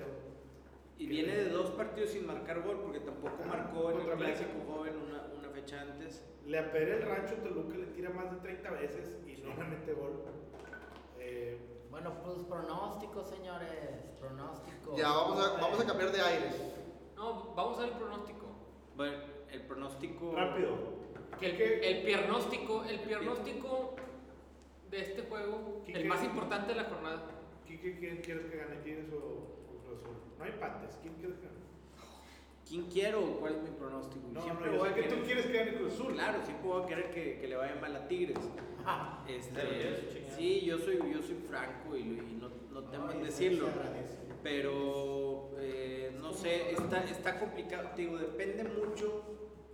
A: Y viene de dos partidos sin marcar gol, porque tampoco
D: Ajá,
A: marcó en el
D: contra América.
A: clásico joven una, una fecha antes.
D: Le apedrea el rancho Toluca, le tira más de 30 veces y no le mete gol. Eh,
C: Bueno, pues pronósticos, señores. Pronósticos.
B: Ya, vamos a, vamos a cambiar de aire.
E: No, vamos a ver el pronóstico.
A: Bueno, el pronóstico.
D: rápido.
E: Que el,
D: ¿Qué?
E: el piernóstico, el piernóstico de este juego,
D: ¿Qué
E: el
D: crees?
E: más importante de la jornada.
D: ¿Quién, quién quieres que gane? ¿Tigres o, o Cruz Azul? No hay empates. ¿Quién quieres que gane?
A: ¿Quién quiero? ¿Cuál es mi pronóstico?
D: No,
A: siempre
D: no, yo
A: voy
D: sé
A: a
D: que
A: querer-
D: tú quieres que gane Cruz Azul.
A: Claro, siempre voy a querer que, que le vaya mal a Tigres.
D: Ah,
G: Pero ya
A: Este,
G: es chingada.
A: sí, yo soy, yo soy franco y, y no, no temo en
F: Ay,
A: decirlo.
F: se agradece.
A: Pero eh, no sé, está, está complicado. Te digo, depende mucho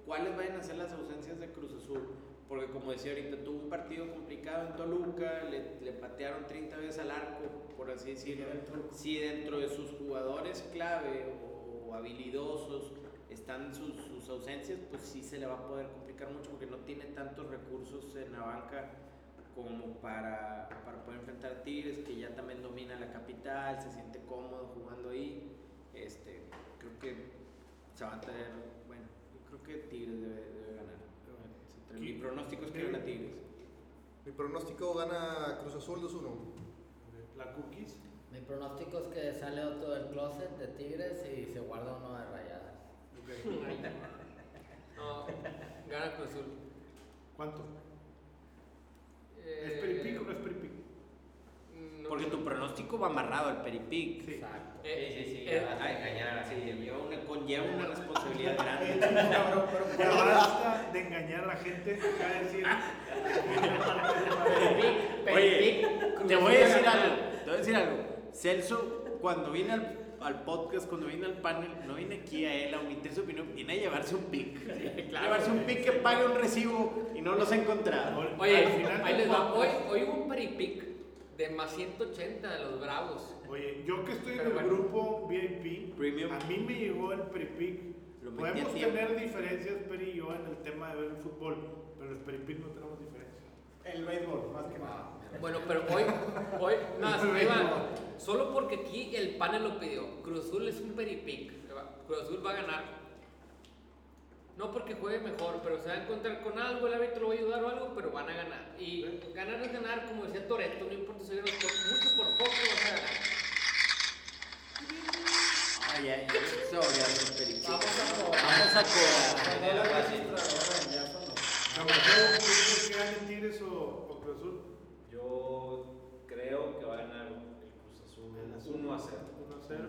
A: cuáles vayan a ser las ausencias de Cruz Azul. Porque como decía ahorita, tuvo un partido complicado en Toluca, le, le patearon 30 veces al arco, por así decirlo. Si dentro de sus jugadores clave o, o habilidosos están sus, sus ausencias, pues sí se le va a poder complicar mucho porque no tiene tantos recursos en la banca como para, para poder enfrentar a Tigres, que ya también domina la capital, se siente cómodo jugando ahí. Este, creo que se va a tener, bueno, yo creo que Tigres debe, debe ganar. Se trae- Mi
D: ¿Qui-
A: pronóstico es que
D: quién?
A: gana Tigres.
B: Mi pronóstico gana Cruz Azul 2-1.
D: La Cookies.
C: Mi pronóstico es que sale otro del closet de Tigres y se guarda uno de rayadas.
E: No, gana Cruz Azul.
D: ¿Cuánto?
E: Eh,
D: ¿Es peripico o no es peripico?
E: no-
A: Porque tu pronóstico va amarrado al peripic.
D: Sí.
C: Exacto.
E: Eh,
G: sí, sí,
E: eh,
G: ya vas a engañar así.
A: Lleva una- conlleva una responsabilidad grande.
F: Cabrón, pero
D: [LAUGHS] Ya basta de engañar a la gente. Ya decir.
E: Peripic,
A: Oye,
E: Peripic, Cruz
A: Te voy a
E: Azul
A: decir
E: gana.
A: algo, te voy a decir algo. Celso, cuando vine al, al podcast, cuando vine al panel, no vine aquí a él a omitir su opinión, vine a llevarse un pick. llevarse un pick que pague un recibo y no los ha encontrado.
E: Oye,
D: al final
E: ahí
D: del
E: les va. Hoy,
D: podcast-
E: hoy hubo un peripic de más 180 de los Bravos.
D: Oye, yo que estoy en
E: Pero
D: el
E: bueno.
D: grupo VIP,
A: Premium.
D: a mí me llegó el prepic.
A: Lo metí a
D: Podemos
A: tiempo.
D: tener diferencias, Peri y yo, en el tema de ver el fútbol, pero el prepic no tenemos diferencias.
F: el béisbol, más que nada.
E: Bueno, pero hoy, hoy,
D: [LAUGHS]
E: más, ahí va. Solo porque aquí el panel lo pidió. Cruz Azul es un peripic. Cruz Azul va a ganar. No porque juegue mejor, pero se va a encontrar con algo, el árbitro lo va a ayudar o algo, pero van a ganar. Y ganar es ganar, como decía Toreto, no importa si ganas por mucho por poco, vas a ganar.
A: Ay, ay, ay, sobre los peripic.
C: Vamos a por-
A: Vamos a cobrar.
F: Tenía la registradora, ya sonó.
D: A lo mejor, ¿tú crees que ganen Tigres o, o Cruz Azul?
G: Yo creo que va a ganar el Cruz Azul
D: El azul.
G: 1 a 0.
D: 1 a 0.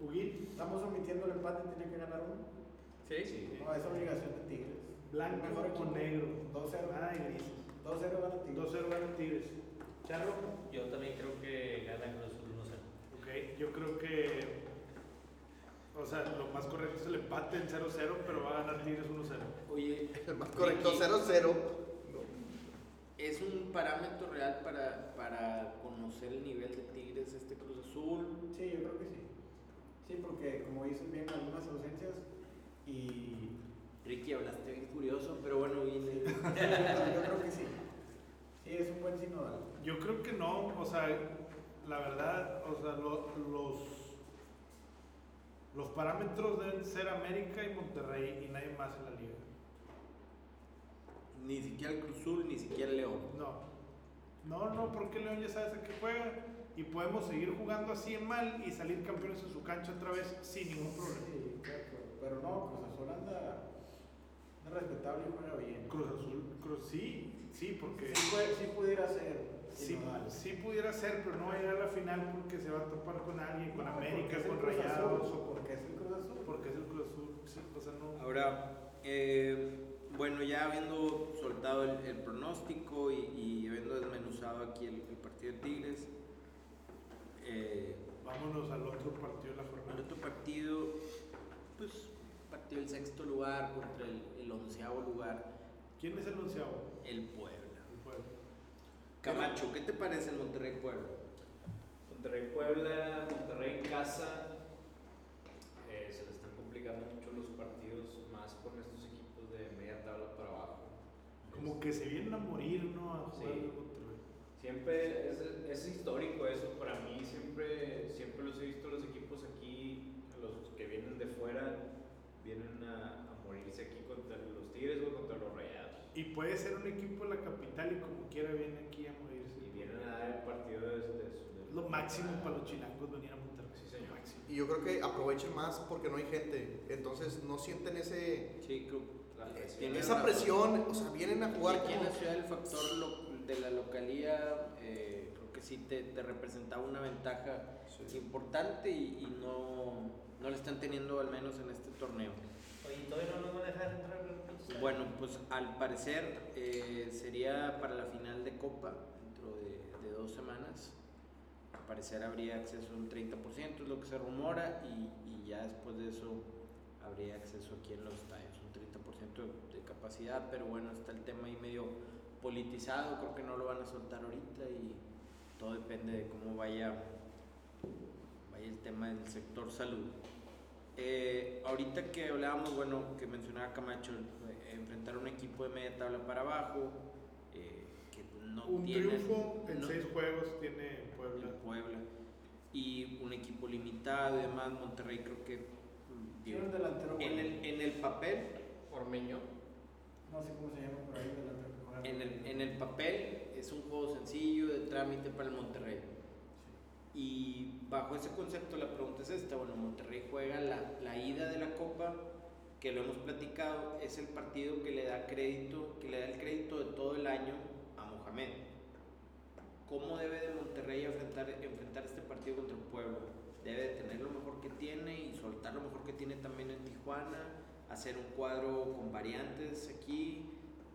D: Huguín,
F: Estamos omitiendo el empate, tiene que ganar uno.
E: ¿Sí?
F: No, es obligación de Tigres.
D: blanco
F: Mejor
D: o
F: equipo.
D: negro. Ah,
F: 2-0.
D: Ay, gris.
F: 2-0 gana Tigres.
D: 2-0 ganan Tigres. Charro.
G: Yo también creo que gana Cruz Azul 1 a 0.
D: Ok, yo creo que. O sea, lo más correcto es el empate en 0-0, pero va a ganar Tigres 1-0.
A: Oye,
B: [LAUGHS] El más correcto, 0-0.
A: ¿es un parámetro real para, para conocer el nivel de Tigres este Cruz Azul?
F: Sí, yo creo que sí. Sí, porque como dices bien, algunas ausencias y
A: Ricky, hablaste bien curioso, pero bueno, vine.
F: Sí, yo creo- [LAUGHS] yo creo que sí. Sí, es un buen sinodal.
D: Yo creo que no, o sea, la verdad, o sea, lo- los, los parámetros deben ser América y Monterrey y nadie más en la liga.
A: Ni siquiera el Cruz Azul, ni siquiera el León.
D: No, no, no, porque León ya sabes a qué juega y podemos seguir jugando así en mal y salir campeones en su cancha otra vez sin ningún problema.
F: Sí, claro, pero no, Cruz Azul anda, anda respetable y juega bien.
D: Cruz Azul, Cruz, sí, sí, porque
F: Sí, puede- sí pudiera ser
D: sí,
F: sinodal.
D: sí pudiera ser, pero no va a llegar a la final porque se va a topar con alguien, con
F: No, porque
D: América,
F: es el
D: con
F: Cruz
D: Rayados
F: Azul,
D: o con-
F: Porque es el Cruz Azul.
D: porque es el Cruz Azul, sí, o sea, no.
A: Ahora, eh, bueno, ya habiendo soltado el, el pronóstico y, y habiendo desmenuzado aquí el, el partido de Tigres, eh,
D: Vámonos al otro partido de la
A: el
D: jornada.
A: otro partido, pues partido del sexto lugar contra el, el onceavo lugar,
D: ¿Quién es el onceavo?
A: el Puebla.
D: El Puebla.
A: Camacho, ¿qué te parece el Monterrey Puebla?
G: Monterrey Puebla, Monterrey en casa. eh, se le están complicando mucho los partidos, más con estos equipos de media tabla para abajo.
D: Como que se vienen a morir, ¿no? A jugar
G: Sí.
D: en Monterrey.
G: Siempre es, es histórico eso para mí, siempre, siempre los he visto los equipos aquí, los que vienen de fuera, vienen a, a morirse aquí contra los Tigres o contra los Rayados.
D: Y puede ser un equipo de la capital y como quiera viene aquí a morirse.
G: Y vienen a dar el partido de, de- de-
D: Lo máximo para los chilangos venir a Monterrey.
G: Sí, señor.
D: Máximo.
B: Y yo creo que aprovechan más porque no hay gente. Entonces no sienten ese,
A: Sí, creo
G: La presión.
A: Tiene
B: esa
A: razón.
B: presión. O sea, vienen a
A: Y
B: jugar
A: aquí en
B: como...
A: la ciudad el factor lo- de la localía eh, creo que sí te, te representaba una ventaja importante y, y no, no le están teniendo al menos en este torneo.
G: Oye, todavía no nos van a dejar entrar al pinche estadio?
A: Bueno, pues al parecer eh, sería para la final de Copa dentro de, de dos semanas. Al parecer habría acceso a un 30%, es lo que se rumora, y, y ya después de eso habría acceso aquí en los estadios, un 30% de capacidad, pero bueno, está el tema ahí medio politizado, creo que no lo van a soltar ahorita y todo depende de cómo vaya, vaya el tema del sector salud. Eh, ahorita que hablábamos, bueno, que mencionaba Camacho, eh, enfrentar un equipo de media tabla para abajo, eh, que no
D: un
A: tienen-
D: triunfo en
A: no-
D: seis juegos tiene Puebla.
A: en Puebla. Y un equipo limitado y demás, Monterrey creo que mm, digo,
F: Tiene un delantero
A: en
F: bueno.
A: el, en el papel,
E: Ormeño.
F: No sé cómo se llama por ahí el delantero que juega.
A: en el, en el papel es un juego sencillo de trámite para el Monterrey. Y bajo ese concepto la pregunta es esta, bueno, Monterrey juega la, la ida de la Copa que lo hemos platicado, es el partido que le da crédito, que le da el crédito de todo el año a Mohamed. ¿Cómo debe de Monterrey enfrentar, enfrentar este partido contra el Puebla? Debe de tener lo mejor que tiene y soltar lo mejor que tiene también en Tijuana, hacer un cuadro con variantes aquí,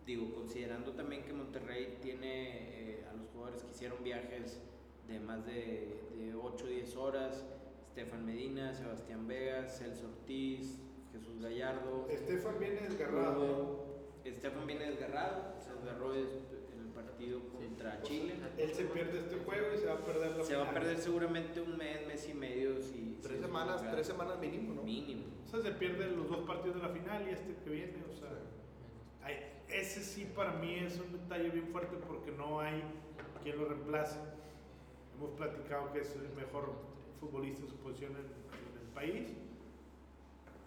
A: digo, considerando también que Monterrey tiene eh, a los jugadores que hicieron viajes de más de, de 8 o 10 horas, Estefan Medina, Sebastián Vegas, Celso Ortiz, Jesús Gallardo,
D: Estefan viene desgarrado.
A: Estefan viene desgarrado, se desgarró des- en el partido contra Chile.
G: Ah,
D: Él se pierde este juego y se va a perder la
A: Se va a
D: final.
A: perder seguramente un mes, mes y medio. Si,
B: Tres
A: si
B: semanas,
A: juega.
B: tres semanas mínimo, ¿no?
A: Mínimo.
D: O sea, se pierden los dos partidos de la final y este que viene, o sea. ay, ese sí para mí es un detalle bien fuerte porque no hay quien lo reemplace. Hemos platicado que es el mejor futbolista en su posición en, en el país.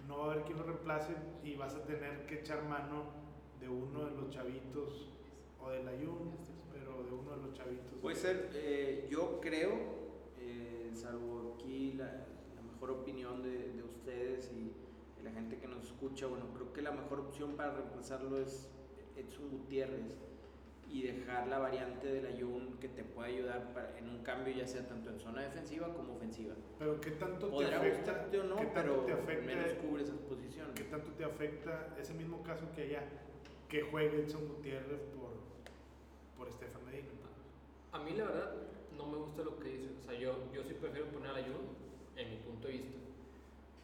D: No va a haber quien lo reemplace y vas a tener que echar mano de uno de los chavitos o del ayun, pero de uno de los chavitos.
A: Puede ser, eh, yo creo, eh, salvo aquí la, la mejor opinión de, de ustedes y de la gente que nos escucha, bueno, creo que la mejor opción para reemplazarlo es Edson Gutiérrez y dejar la variante del ayun que te puede ayudar para- en un cambio ya sea tanto en zona defensiva como ofensiva.
D: Pero qué tanto te
A: Podrá
D: afecta,
A: gustarte o no,
D: qué
A: pero
D: tanto te afecta
A: menos cubre esas posiciones.
D: ¿Qué tanto te afecta ese mismo caso que allá, que juegue Edson Gutiérrez por, por Estefan Medina?
E: A mí la verdad no me gusta lo que dice. O sea, yo, yo sí prefiero poner a Ayun en mi punto de vista.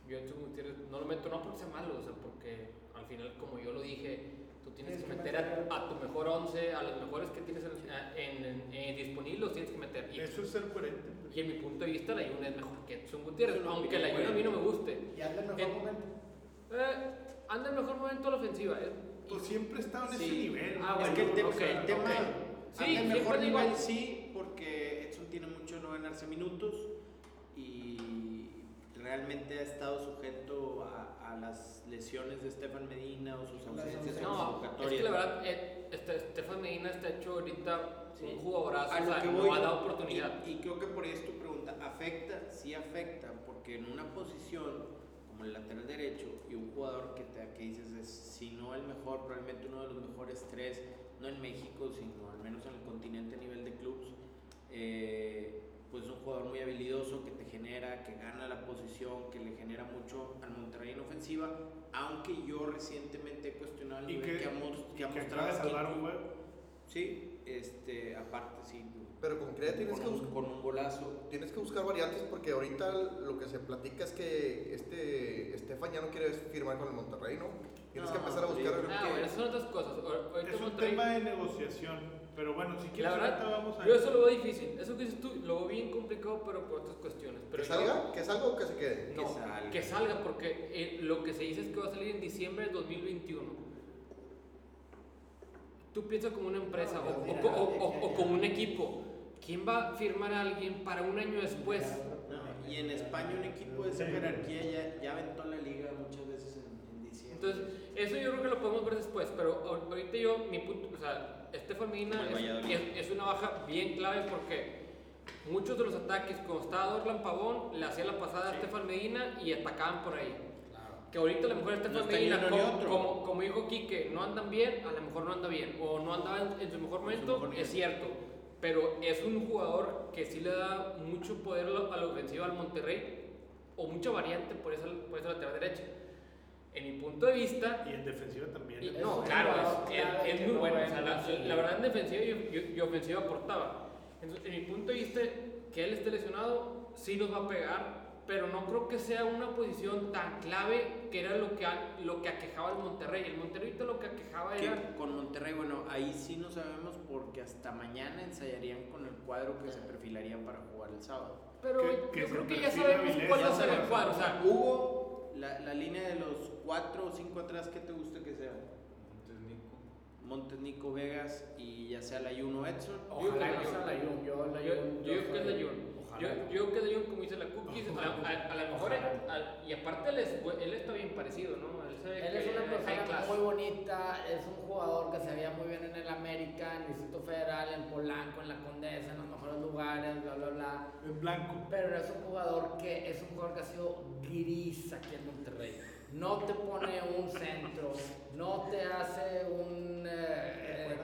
E: Yo Edson Gutiérrez no lo meto no porque sea malo, o sea, porque al final, como yo lo dije, tú tienes
F: Tienes
E: que
F: que
E: meter a, a tu mejor 11, a los mejores que tienes en, a- en, en- eh, disponibles, los tienes que meter. Y,
D: Eso es ser coherente.
E: y en mi punto de vista, la Ayun es mejor que Edson Gutiérrez,
A: Es una
E: aunque la
A: opinión,
E: Ayun a mí no
A: güey.
E: me guste.
F: Y anda en mejor
E: Eh,
F: momento.
E: Eh, anda en mejor momento a la ofensiva. eh.
D: Pues siempre estaba en
A: Sí.
D: ese nivel.
E: Ah,
A: Es
E: bueno,
A: que el tema,
E: ok,
A: el tema
E: ok. Sí,
A: anda en
E: siempre
A: mejor
E: digo-
A: nivel sí, porque Edson tiene mucho no ganarse minutos y realmente ha estado sujeto a, a las lesiones de Estefan Medina o sus
F: Las
A: ausencias en
E: No, es
A: convocatorias.
E: que la verdad, eh, este, Estefan Medina está hecho ahorita un jugadorazo,
A: A
E: o
A: lo
E: sea,
A: que
E: no
A: voy,
E: ha dado oportunidad.
A: Y, y creo que por ahí es tu pregunta, ¿afecta? Sí afecta, porque en una posición como el lateral derecho y un jugador que, te, que dices es, si no el mejor, probablemente uno de los mejores tres, no en México, sino al menos en el continente a nivel de clubes, eh, pues un jugador muy habilidoso que te genera, que gana la posición, que le genera mucho al Monterrey en ofensiva, aunque yo recientemente he cuestionado el
D: Y
A: nivel
D: que-
A: que, ha, mos- que
D: Que
A: ha
D: acaba de
A: mostrado.
D: salvar
A: aquí.
D: un juego.
A: Sí, este, aparte sí,
B: Pero con Crea tienes, que
A: con,
B: bus-
A: un, con un golazo.
B: tienes que buscar variantes porque ahorita lo que se platica es que este Estefan ya no quiere firmar con el Monterrey, ¿no? Tienes que
A: No,
B: empezar a
A: yo
B: buscar.
A: creo
E: Ah,
A: que-
E: bueno, son otras cosas. Ahor- Ahorita
D: Es un
E: Monterrey-
D: tema de negociación. Pero bueno, si quieres,
E: La verdad,
D: ahorita vamos a.
E: Yo eso lo veo difícil. Eso que dices tú, lo veo bien complicado, pero por otras cuestiones. Pero
B: ¿Que
E: yo-
B: salga? ¿Que salga o que se quede?
E: No,
A: Que salga.
E: que salga, porque eh, lo que se dice es que va a salir en diciembre del 2021. Tú piensas como una empresa
F: No,
E: o,
F: mira, eh,
E: o co- o-
F: ya,
E: o-
F: ya,
E: o
F: ya.
E: como un equipo. ¿Quién va a firmar a alguien para un año después?
A: No, y en España un equipo de esa jerarquía ya, ya aventó la liga muchas veces en, en diciembre.
E: Entonces, eso yo creo que lo podemos ver después, pero ahor- ahorita yo, mi punto, o sea, Estefan Medina
A: Como el
E: es,
A: Valladolid.
E: es- es una baja bien clave porque muchos de los ataques, cuando estaba Dorlan Pavón, le hacía la pasada a Estefan Medina y atacaban por ahí. Que ahorita a lo mejor Estefan
A: No está ni
E: Medina,
A: uno ni
E: como,
A: otro.
E: como, como dijo Quique, no andan bien, a lo mejor no anda bien, o no andaba en, en su mejor momento,
A: mejor nivel.
E: es cierto. Pero es un jugador que sí le da mucho poder a la a la ofensiva al Monterrey, o mucha variante por esa, por esa lateral derecha. En mi punto de vista,
D: Y en defensiva también.
E: y-
D: ¿eh?
E: no,
F: Es
E: claro,
F: un
E: es,
F: jugador clave
E: es- es
F: que
E: muy
F: no
E: bueno.
F: va
E: o sea, la,
F: en-
E: la verdad en defensiva y, y- y ofensiva aportaba. Entonces, en mi punto de vista, que él esté lesionado sí nos va a pegar, pero no creo que sea una posición tan clave que era lo que, a- lo que aquejaba el Monterrey. El Monterrey ahorita lo que aquejaba
A: Que
E: era...
A: con Monterrey, bueno, ahí sí no sabemos porque hasta mañana ensayarían con el cuadro que se perfilaría para jugar el sábado.
E: Pero
D: que-
E: yo
D: que se
E: creo que ya
D: perfila
E: sabemos
D: Vilés,
E: cuál va
D: ya
E: a ser el
D: sabemos.
E: cuadro. O sea,
A: Hugo, la, la línea de los cuatro o cinco atrás, ¿qué te gusta que sea?
G: Entonces, Nico,
A: Montes, Nico, Vegas y ya sea la Juno Edson.
C: Ojalá
E: Yo
C: que
E: creo que
C: sea la Jun. Yo la
E: Yo,
C: Jun.
E: yo creo que es la
C: soy-
E: Jun. Yo,
C: Ojalá.
E: yo creo que es la Jun, como dice la Cookies, a, a- a lo mejor,
C: Ojalá.
E: a- y aparte él, es bu- él está bien parecido, ¿no? Él, sabe
C: Él es
E: que
C: una
E: high
C: persona
E: class.
C: muy bonita, es un jugador que se veía muy bien en el América, en el Distrito Federal, en Polanco, en la Condesa, en los mejores lugares, bla, bla, bla.
D: En blanco.
C: Pero es un jugador que es un jugador que ha sido gris aquí en Monterrey. no te pone un centro, no te hace un eh,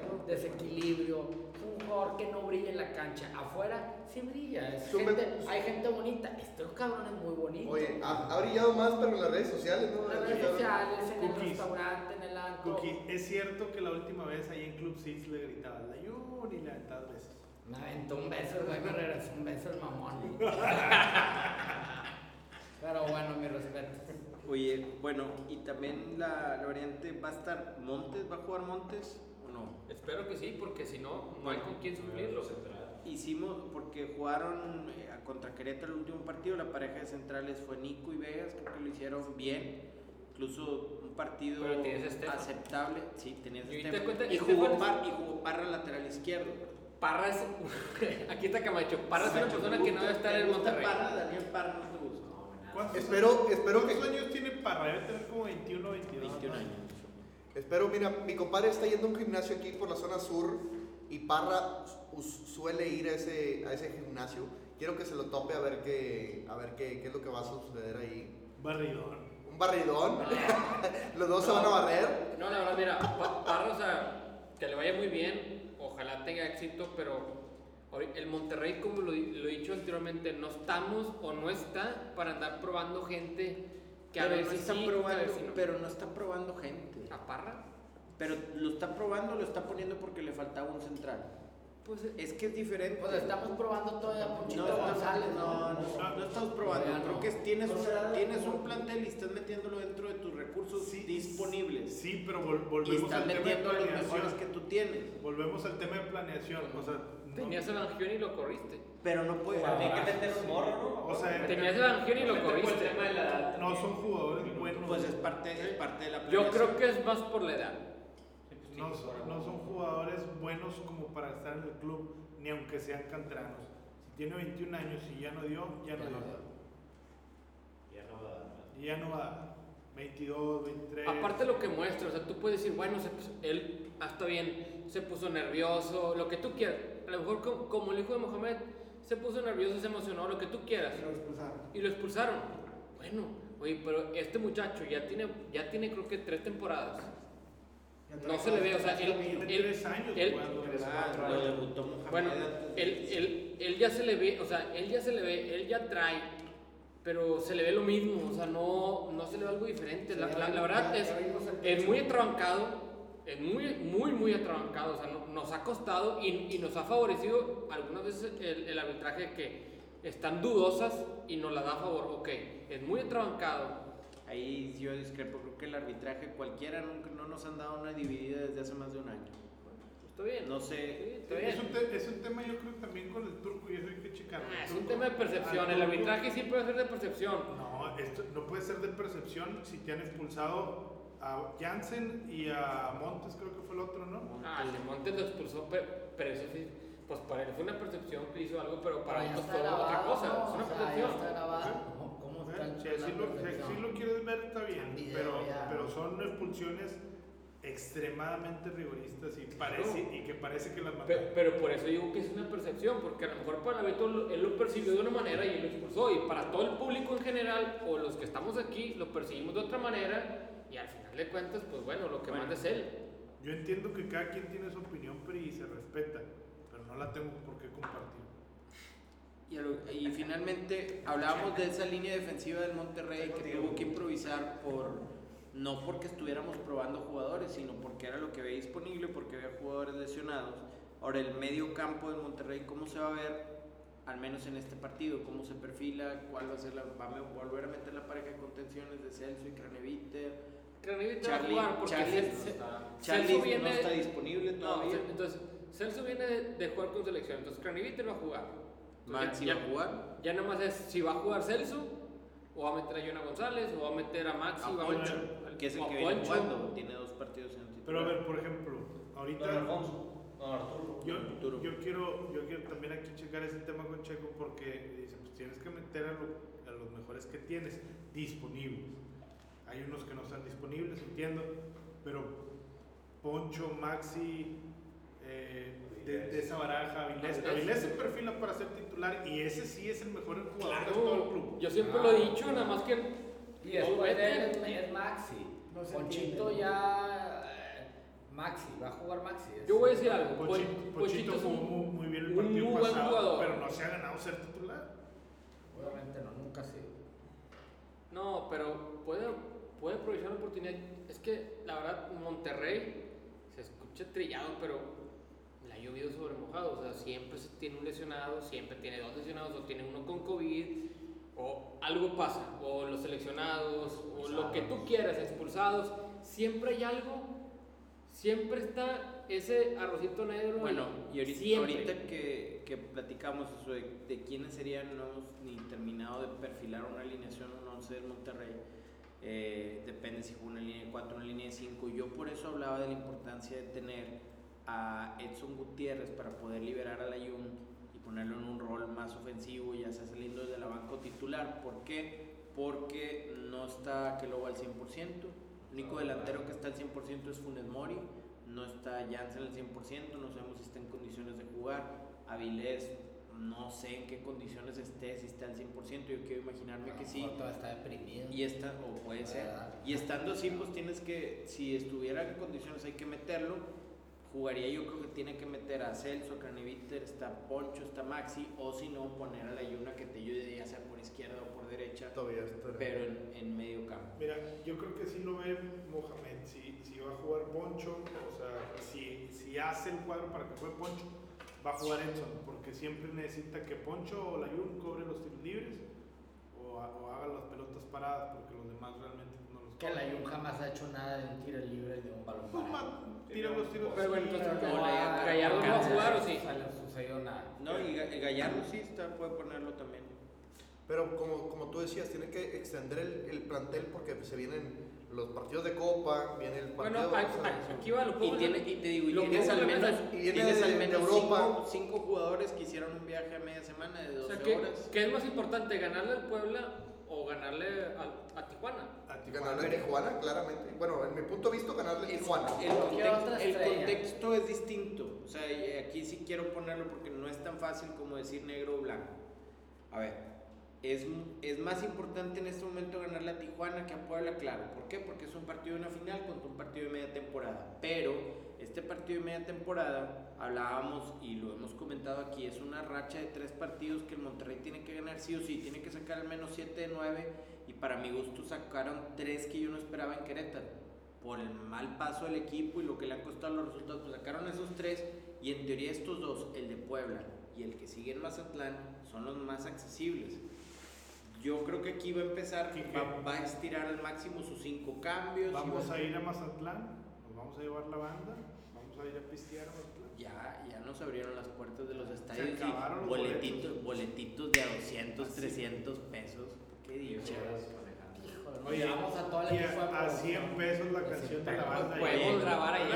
C: desequilibrio. Es un jugador que no brilla en la cancha. Afuera sí brilla. es
B: Su
C: gente-
B: men-
C: hay gente bonita. Este cabrón es muy bonito.
B: Oye, ha, ha brillado más, pero en las redes sociales, ¿no?
C: en las redes sociales, en el
D: Cookies.
C: restaurante, en el antro.
D: Cookie, es cierto que la última vez ahí en Club Six le gritaban la Yuri la tal vez.
C: Me aventó un beso, güey, me regresó un beso el
D: [LAUGHS]
C: mamón. Pero bueno, mi respeto.
A: Oye, bueno, y también la, la variante va a estar Montes, ¿va a jugar Montes o no?
E: Espero que sí, porque si no, no hay con quién suplirlo.
A: Hicimos, porque jugaron eh, contra Querétaro el último partido, la pareja de centrales fue Nico y Vegas, creo que lo hicieron bien. Incluso un partido
E: Pero tienes a Estefan.
A: aceptable. Sí, tenías a
E: Y te
A: Estefan.
E: cuenta-
A: y, jugó
E: Estefan-
A: par, y jugó Parra lateral izquierdo.
E: Parra es. [LAUGHS] Aquí está Camacho. Parra es una
A: Macho,
E: persona
A: ¿te
E: que no
A: gusta-
E: debe estar
A: te
E: en
A: gusta
E: Monterrey.
A: Parra, Daniel Parra no te gusta.
D: ¿Cuántos
B: Espero, espero que.
D: ¿Cuántos años tiene Parra? Debe tener como 21 22.
A: 21
D: ¿no?
A: años.
B: Espero, mira, mi compadre está yendo a un gimnasio aquí por la zona sur y Parra su- suele ir a ese, a ese gimnasio. Quiero que se lo tope a ver qué, a ver qué, qué es lo que va a suceder ahí.
D: Barridón.
B: Un barridón, [LAUGHS] los dos se van a barrer.
E: No, la verdad, mira, Pa- Parra, o sea, que le vaya muy bien, ojalá tenga éxito, pero ahori- el Monterrey, como lo, di- lo he dicho anteriormente, no estamos o no está para andar probando gente que a
A: Pero
E: ver
A: no
E: si
A: está
E: sí, que a ver
A: probando,
E: si no. Ah.
A: pero no está probando gente.
E: ¿A Parra?
A: Pero lo está probando, lo está poniendo porque le faltaba un central.
E: Pues
A: Es que es diferente.
C: Pues estamos probando todavía Ponchito
A: no, estamos-
C: González,
A: no, no, no estamos probando.
C: Ya no.
A: Creo que es- tienes, un,
F: Considerado
A: tienes
F: como-
A: un plantel y estás metiéndolo dentro de tus recursos
D: Sí,
A: disponibles.
D: Sí, pero vol-
A: y
D: volvemos
A: estás
D: al tema de
A: metiendo a los mejores
D: planeación.
A: que tú tienes.
D: Volvemos al tema de planeación. O sea, no-
E: Tenías el Angión y lo corriste.
A: Pero no puedes.
G: Tenía que meter un morro, ¿no?
D: O sea,
E: Tenías el Angión y lo
G: Ahorita fue el
E: corriste.
G: tema de la edad
D: no
G: también.
D: son jugadores buenos.
A: Pues es parte, es parte de la
E: Yo
A: planeación.
E: creo que es más por la edad.
D: no, son- no son jugadores buenos como para estar en el club, ni aunque sean canteranos. Si tiene 21 años y ya no dio, ya no
C: Ya no
D: dio.
G: Ya no va a dar más.
D: Y ya no va a dar. 22, 23.
E: Aparte lo que muestra, o sea, tú puedes decir, bueno, se puso- él ah, está bien, se puso nervioso, lo que tú quieras. A lo mejor como, como el hijo de Mohamed se puso nervioso, se emocionó, lo que tú quieras.
F: Lo expulsaron.
E: Y lo expulsaron. Bueno, oye, pero este muchacho ya tiene, ya tiene creo que tres temporadas.
F: Ya
E: No se le ve, o sea, él,
D: Tiene
E: él,
D: tres años
E: él-
D: jugando.
A: Ah, lo debutó Mohamed
E: bueno,
A: antes de-
E: él, él, él ya se le ve, o sea, él ya se le ve, él ya trae, pero se le ve lo mismo, o sea, no, no se le ve algo diferente. La, la- la verdad es, es muy atrabancado, es muy, muy, muy atrabancado, o sea, no- nos ha costado y, y nos ha favorecido algunas veces el, el arbitraje que están dudosas y nos la da a favor, ok, es muy atrabancado.
A: Ahí yo discrepo, creo que el arbitraje cualquiera nunca, no nos han dado una dividida desde hace más de un año.
E: Está bien,
A: No sé,
E: sí, está
D: Es
E: bien.
D: un, te- es un tema yo creo también con el turco y eso hay que checarlo.
E: Ah, es
D: El
E: un
D: turco-
E: tema de percepción,
D: al
E: el
D: turco-
E: arbitraje siempre va a ser de percepción.
D: No, esto no puede ser de percepción si te han expulsado a Jansen y a Montes, creo que fue el otro, ¿no?
E: Ah, el de Montes lo expulsó, pe- pero, eso sí, pues para él fue una percepción que hizo algo, pero para
C: ya
E: otros
C: está
E: fue otra
C: grabado,
E: cosa, es
C: o
E: una
C: sea,
E: percepción.
C: ya está grabado. ¿Cómo está el
D: Si
C: chiste?
D: así lo, si así lo quieres ver, está bien,
C: Video,
D: pero,
C: ya.
D: pero son expulsiones extremadamente rigoristas y, parece, y que parece que las
E: Pe-
D: mataron.
E: Pero, por eso digo que es una percepción, porque a lo mejor para el hábito lo- él lo percibió de una manera y él lo expulsó, y para todo el público en general, o los que estamos aquí, lo percibimos de otra manera, y al final de cuentas, pues bueno, lo que
A: Bueno.
E: manda es él.
D: Yo entiendo que cada quien tiene su opinión pero y se respeta, pero no la tengo por qué compartir.
A: Y, a lo- y finalmente hablábamos de esa línea defensiva del Monterrey que tuvo que improvisar por no porque estuviéramos probando jugadores, sino porque era lo que había disponible, porque había jugadores lesionados. Ahora el medio campo del Monterrey, ¿cómo se va a ver? Al menos en este partido, ¿cómo se perfila? ¿Cuál va a ser la, va a me- volver a meter la pareja de contenciones de Celso y Craneviter?
E: Craneviter va a
A: Charlie,
E: jugar porque
A: Charlie,
E: Cel- Cel-
A: Charlie
E: Celso viene-
A: no está disponible
E: No,
A: todavía.
E: Cel- entonces, Celso viene de, de jugar con selección, entonces Craneviter va a jugar. Entonces,
A: Maxi
E: ya-
A: va a jugar.
E: Ya nomás es si va a jugar Celso, o va a meter a Jonah González, o va a meter a Maxi,
A: A
E: va
A: Poncho,
E: a meter
A: que es
E: o
A: el
E: a
A: que viene
E: Poncho.
A: jugando. Tiene dos partidos en el
D: Pero a
A: titular.
D: ver, por ejemplo, ahorita...
G: Don Alfonso, don Arturo.
D: Yo,
A: Arturo.
D: yo quiero, yo quiero también aquí checar ese tema con Checo porque dice, pues tienes que meter a, lo- a los mejores que tienes disponibles. Hay unos que no están disponibles, entiendo, pero Poncho, Maxi, eh, de, de esa baraja, Avilés.
E: Avilés.
D: Avilés se perfila para ser titular y ese sí es el mejor jugador de todo el
E: Claro,
D: club.
E: yo siempre lo he dicho, nada más que
C: Y después de él
A: Vete.
C: es, es Maxi.
F: No se
C: Ponchito
F: entiende, ¿no?
C: ya. eh, Maxi, va a jugar Maxi. es-
E: Yo voy a decir algo. Pon-
D: Pochito, Pochito
E: es
D: jugó
E: un-
D: muy, muy bien el
E: un
D: partido
E: muy buen
D: pasado,
E: jugador.
D: pero no se ha ganado ser titular.
C: Obviamente no, nunca sí.
E: No, pero puede, puede aprovechar la oportunidad. Es que la verdad, Monterrey se escucha trillado, pero la ha llovido sobre mojado. O sea, siempre se tiene un lesionado, siempre tiene dos lesionados, o tiene uno con COVID, o algo pasa, o los seleccionados, o lo que tú quieras, expulsados. Siempre hay algo, siempre está ese arrocito negro.
A: Bueno, y ahorita,
E: siempre.
A: ahorita que, que platicamos eso de, de quiénes serían, no hemos ni terminado de perfilar una alineación, un 11 del Monterrey. eh, depende si juega una línea de 4, una línea de 5. Yo por eso hablaba de la importancia de tener a Edson Gutiérrez para poder liberar a Layun y ponerlo en un rol más ofensivo, ya sea saliendo desde la banca o titular. ¿Por qué? Porque no está Keloba al 100%. El único delantero que está al 100% es Funes Mori. No está Janssen al 100%, no sabemos si está en condiciones de jugar. Avilés, no sé en qué condiciones esté, si está al 100%. Yo quiero imaginarme que sí.
C: Todo está deprimido.
A: Y esta, o puede ser.
C: ¿Verdad?
A: Y estando así, pues tienes que, si estuviera en condiciones, hay que meterlo. Jugaría yo creo que tiene que meter a Celso, a Craneviter, está Poncho, está Maxi, o si no, poner a la Yuna que te ayude ya sea por izquierda o por derecha,
B: Todavía está.
A: pero en, en medio campo.
D: Mira, yo creo que sí lo ve Mohamed, si, si va a jugar Poncho, o sea, si, si hace el cuadro para que juegue Poncho, va a jugar Edson, porque siempre necesita que Poncho o Layun cobre los tiros libres o, ha- o haga las pelotas paradas, porque los demás realmente no los
C: Que la
D: cobran.
C: Jun jamás ha hecho nada de un tiro libre de un balón.
D: Pues,
C: parado.
D: ma- tira los tiros
E: Pero bueno,
D: libres.
E: entonces,
C: No
E: ¿cómo
C: ha-
E: Gallardo no va a jugar o
C: no
E: sí?
C: le sucedió nada.
A: No, y Ga- Gallardo sí está, puede ponerlo también.
B: Pero como, como tú decías, tienen que extender el, el plantel porque se vienen los partidos de Copa, viene el
E: Bueno,
B: partido
E: a-
B: o sea,
E: a- aquí va, lo
A: Y,
E: puedo
A: tiene, y te digo, y
E: Lo
A: tienes
E: puedo
A: al menos,
E: complementar.
B: Y viene
A: tienes
B: de-
A: al
B: de
A: menos
B: Europa.
A: cinco, cinco jugadores que hicieron un viaje a media semana de
E: O
A: 12
E: sea, ¿qué,
A: horas.
E: qué es más importante, ganarle al Puebla o ganarle a, a Tijuana?
D: A Tijuana.
B: Ganarle a Tijuana, claramente. Bueno, en mi punto de vista, ganarle a
A: Es-
B: Tijuana.
A: El,
C: Cualquier
A: context-
C: otra
A: el
C: estrella.
A: contexto es distinto. O sea, y aquí sí quiero ponerlo porque no es tan fácil como decir negro o blanco. A ver, es, m- es más importante en este momento ganarle a Tijuana que a Puebla, claro. ¿Por qué? Porque es un partido de una final contra un partido de media temporada. Pero este partido de media temporada, hablábamos y lo hemos comentado aquí, es una racha de tres partidos que el Monterrey tiene que ganar sí o sí. Tiene que sacar al menos 7 de 9 y para mi gusto sacaron tres que yo no esperaba en Querétaro por el mal paso del equipo y lo que le han costado los resultados, pues sacaron esos tres y en teoría estos dos, el de Puebla y el que sigue en Mazatlán, son los más accesibles. Yo creo que aquí va a empezar,
D: Sí,
A: va,
D: que-
A: va a estirar al máximo sus cinco cambios. y
D: Vamos
A: va-
D: a ir a Mazatlán, nos vamos a llevar la banda, vamos a ir a pistear a Mazatlán.
A: Ya, ya nos abrieron las puertas de los estadios
D: Se acabaron
A: y
D: los
A: boletitos, boletitos de a 200, 300 pesos. Qué Pues dicha.
C: pues, Oye, vamos a toda la
D: y
C: que fue
D: a, a 100 pesos la
C: Pues,
D: canción de
C: pero
D: la banda.
E: podemos
D: ahí.
E: grabar ahí,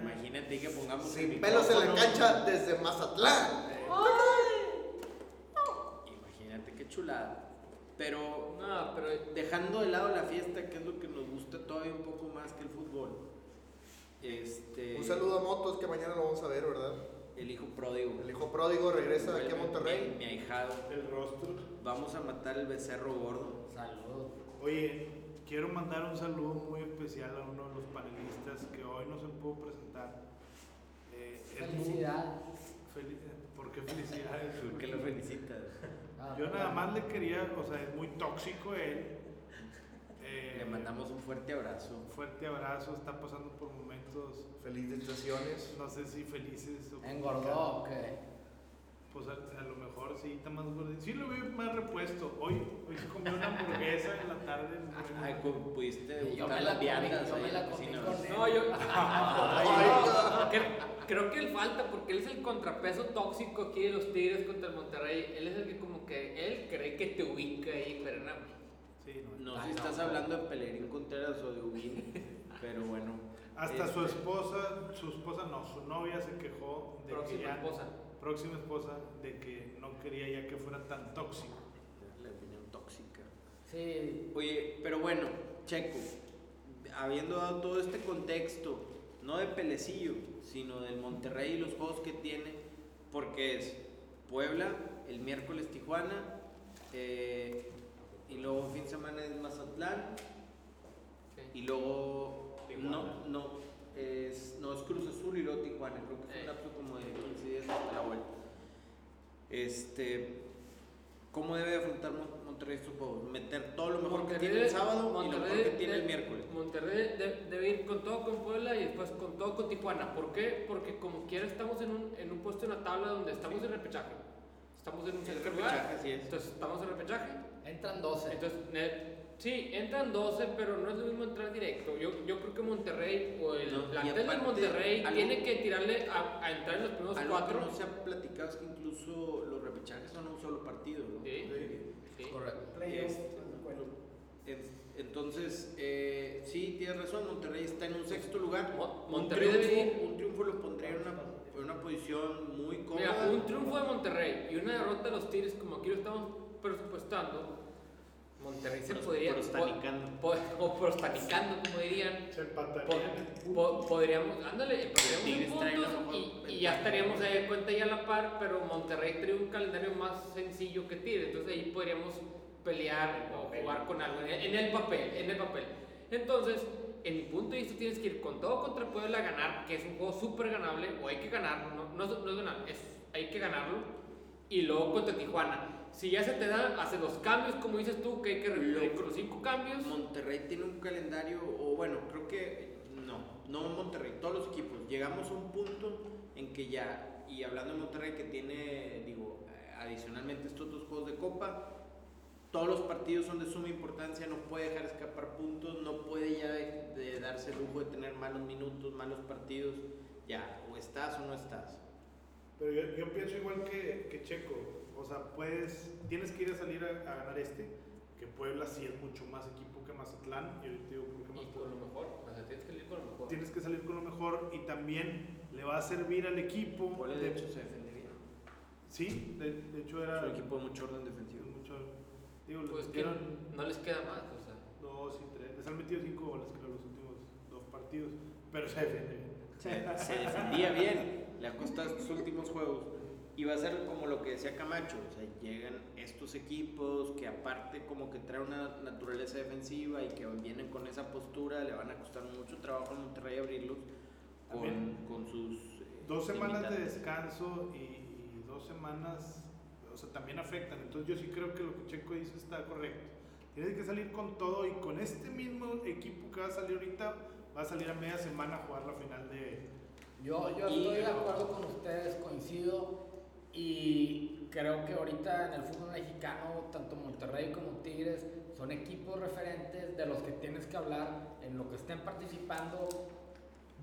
A: Imagínate que pongamos el
B: Sin pelos en la
A: micrófono.
B: cancha desde Mazatlán.
A: Imagínate qué chulada. Pero
E: No, pero
A: dejando de lado la fiesta, que es lo que nos gusta todavía un poco más que el fútbol. Este,
B: Un saludo a Motos que mañana lo vamos a ver, ¿verdad?
A: El hijo pródigo.
B: El hijo pródigo regresa aquí
A: Mi-
B: a
A: Mi,
B: Monterrey.
A: mi ahijado.
D: El rostro.
A: Vamos a matar el becerro gordo. [LAUGHS]
C: Saludos.
D: Oye, quiero mandar un saludo muy especial a uno de los panelistas que hoy no se pudo presentar. Eh, él tuvo-
C: Felicidades.
D: Feliz, eh, ¿Por
A: [LAUGHS]
D: qué felicidades?
A: Que lo felicitas.
C: Ah,
D: Yo nada más le quería, o sea, es muy tóxico él. Eh,
A: Le mandamos un fuerte abrazo.
D: un fuerte abrazo, está pasando por momentos,
B: Feliz estaciones.
D: no sé si felices o...
C: ¿Engordó o qué?
D: Pues a, a lo mejor sí está más gordito. Sí lo veo más repuesto. Hoy, hoy comí una hamburguesa en la tarde. en Moreno.
A: Ay, ¿cómo pudiste
C: Yo
A: degustar
C: me la
A: las
C: comí,
A: viandas
C: yo
A: ahí
C: me
A: en
C: la
A: la
C: comí
A: cocina.
C: con él.
E: No, yo. [LAUGHS]
B: Ay.
E: Cre- Creo que él falta porque él es el contrapeso tóxico aquí de los Tigres contra el Monterrey. Él es el que, como que, él cree que te ubica ahí, pero no.
D: Sí, no.
A: No sé
C: Ay,
A: si
C: no,
A: estás
C: no.
A: hablando de Pelerín Contreras o de Ubin, pero bueno.
E: Eh,
D: Hasta su
A: Este-
D: esposa, su esposa no, su novia se quejó de que
E: Próxima
D: ya,
E: esposa.
D: próxima esposa, de que no quería ya que fuera tan tóxico.
A: La opinión tóxica.
C: Sí.
A: Oye, pero bueno, Checo, habiendo dado todo este contexto, no de Pelecillo, sino del Monterrey y los juegos que tiene, porque es Puebla, el miércoles Tijuana, eh, y Mazatlán y luego
G: Tijuana.
A: no no es, no es Cruz Azul y luego Tijuana creo que fue un
E: Eh.
A: lapso como de coincidencia hasta la vuelta este cómo debe afrontar Mon- Monterrey estos juegos meter todo lo mejor que tiene el sábado y lo mejor que tiene el
E: de-
A: miércoles
E: Monterrey de- debe ir con todo con Puebla y después con todo con Tijuana. ¿Por qué? Porque como quiera estamos en un, en un puesto en la tabla donde estamos en repechaje. Estamos en un
A: Es
E: sexto
A: repechaje,
E: lugar.
A: así es.
E: Entonces estamos en repechaje.
C: Entran 12.
E: Entonces, ne- sí, entran 12, pero no es lo mismo entrar directo. Yo, yo creo que Monterrey o el
A: No, y
E: plantel del
A: aparte,
E: Monterrey
A: algo-
E: tiene que tirarle a, a entrar en los primeros
A: Algo que
E: cuatro.
A: no se ha platicado es que incluso los repechajes son un solo partido ¿no?
E: Sí. Sí.
C: Correcto.
F: Playoff,
A: Este,
F: pues, bueno.
A: En- Entonces, eh, sí, tienes razón, Monterrey está en un sexto lugar.
E: Mo-
A: Un
E: Monterrey
A: triunfo-
E: debe ir-
A: Un triunfo lo pondría en una, en una posición muy
E: Mira,
A: cómoda.
E: un triunfo de Monterrey y una derrota de los Tigres, como aquí lo estamos presupuestando, Monterrey se
A: Pros-
E: podría.
A: prostanicando.
E: po- po- o prostanicando, como dirían.
D: Se empatarían.
E: Po- po- podríamos, ándale, empataríamos en
A: Tigres traen
E: puntos
A: la mejor
E: y, y
A: ventaja.
E: ya estaríamos ahí de cuenta ya a la par, pero Monterrey trae un calendario más sencillo que Tigres, entonces ahí podríamos pelear o jugar con algo en el, en el papel, en el papel. Entonces, en mi punto de vista tienes que ir con todo contra Puebla a ganar, que es un juego súper ganable, o hay que ganarlo, no, no, es- no es ganar, es, hay que ganarlo, y luego contra Tijuana. Si ya se te da, hace dos cambios, como dices tú, que hay que repetir con los cinco cambios.
A: Monterrey tiene un calendario, o bueno, creo que no, no Monterrey, todos los equipos. Llegamos a un punto en que ya, y hablando de Monterrey que tiene, digo, eh, adicionalmente estos dos juegos de copa, todos los partidos son de suma importancia, no puede dejar escapar puntos, no puede ya de, de darse el lujo de tener malos minutos, malos partidos, ya, o estás o no estás.
D: Pero yo, yo pienso igual que, que Checo. O sea, puedes, tienes que ir a salir a, a ganar este. Que Puebla sí es mucho más equipo que Mazatlán. Y ahorita digo por qué
E: Y
D: Mazatlán.
E: con lo mejor, o sea, tienes que ir con lo mejor.
D: Tienes que salir con lo mejor y también le va a servir al equipo.
A: Puebla, de
D: de-
A: hecho, se defendería.
D: sí, de, de hecho
A: Es
D: era
A: un equipo de mucho orden defensivo.
D: mucho. Digo, les
E: Pues que
D: metieron
E: no les queda más, o sea.
D: dos y tres. Les han metido cinco goles, creo, los últimos dos partidos. Pero se defiende bien.
A: se, se defendía bien, le ha costado estos últimos juegos. Y va a ser como lo que decía Camacho, o sea, llegan estos equipos que aparte como que traen una naturaleza defensiva y que vienen con esa postura, le van a costar mucho trabajo a Monterrey abrirlos con,
D: También.
A: con sus... eh,
D: Dos semanas de
A: limitantes.
D: descanso y, y dos semanas, o sea, también afectan. Entonces yo sí creo que lo que Checo dice está correcto. Tienes que salir con todo y con este mismo equipo que va a salir ahorita, va a salir a media semana a jugar la final de...
C: Yo, yo
D: Y-
C: estoy de acuerdo con ustedes, coincido. Y creo que ahorita en el fútbol mexicano, tanto Monterrey como Tigres son equipos referentes de los que tienes que hablar, en lo que estén participando.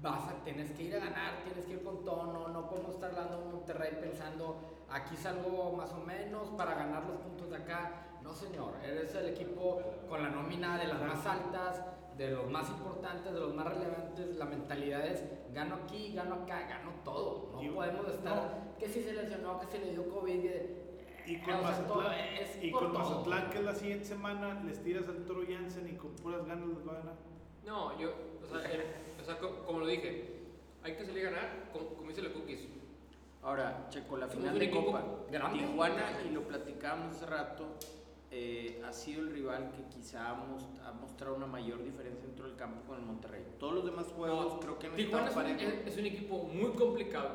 C: Vas a, tienes que ir a ganar, tienes que ir con todo, no, no podemos estar hablando de Monterrey pensando, aquí salgo más o menos para ganar los puntos de acá. No señor, eres el equipo con la nómina de las más altas, de los más importantes, de los más relevantes, la mentalidad es gano aquí, gano acá, gano todo. No
D: Y-
C: podemos estar que si se lesionó, que si le dio COVID. que-
D: Y con,
C: Eh, o sea, todo
D: Mazatlán,
C: es
D: y
C: por
D: con
C: todo.
D: Mazatlán, que es la siguiente semana, les tiras al Toro Jansen y con puras ganas les va a ganar.
E: No, yo, o sea, el- o sea, co- como lo dije, hay que salir a ganar, como, como dice la Cookies.
A: Ahora, Checo, la
E: Somos
A: final
E: un
A: de
E: equipo
A: Copa.
E: Ah,
C: grande.
A: Tijuana, y lo platicábamos hace rato, eh, ha sido el rival que quizá ha, mos- ha mostrado una mayor diferencia dentro del campo con el Monterrey. Todos los demás juegos
E: No,
A: creo que han
E: Tijuana es
A: estado
E: un, e,
A: parejos.
E: es- es un equipo muy complicado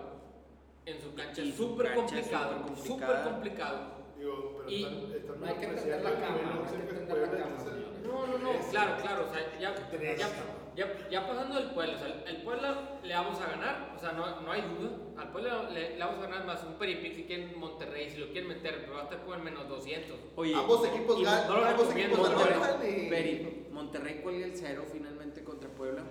E: en su cancha,
A: Y su
E: súper
A: cancha es
E: complicado,
A: súper
E: súper
A: complicada.
E: complicado.
H: Digo, pero
E: Y
H: están, están
C: no hay que
D: Pues
H: menospreciando
C: tender la
H: el nivel,
C: cama,
H: no
C: no hay
H: sé,
C: que
H: pues,
C: tender la
H: Puebla
C: cama,
H: tercero.
C: señores.
E: No, no, no, Eh, claro, claro, o sea, ya,
H: Tres.
E: ya, ya, ya pasando del Puebla, o sea, al Puebla le vamos a ganar, o sea, no, no hay duda, al Puebla le, le vamos a ganar más un peripic si quieren Monterrey, si lo quieren meter, pero va a estar con el menos 200.
A: Oye,
B: Ambos equipos
A: y
B: gan-
A: no lo
B: ambos
A: recomiendo,
B: equipos
A: Monterrey-
B: anotan y-
A: Peri, Monterrey cuelga el cero finalmente contra Puebla.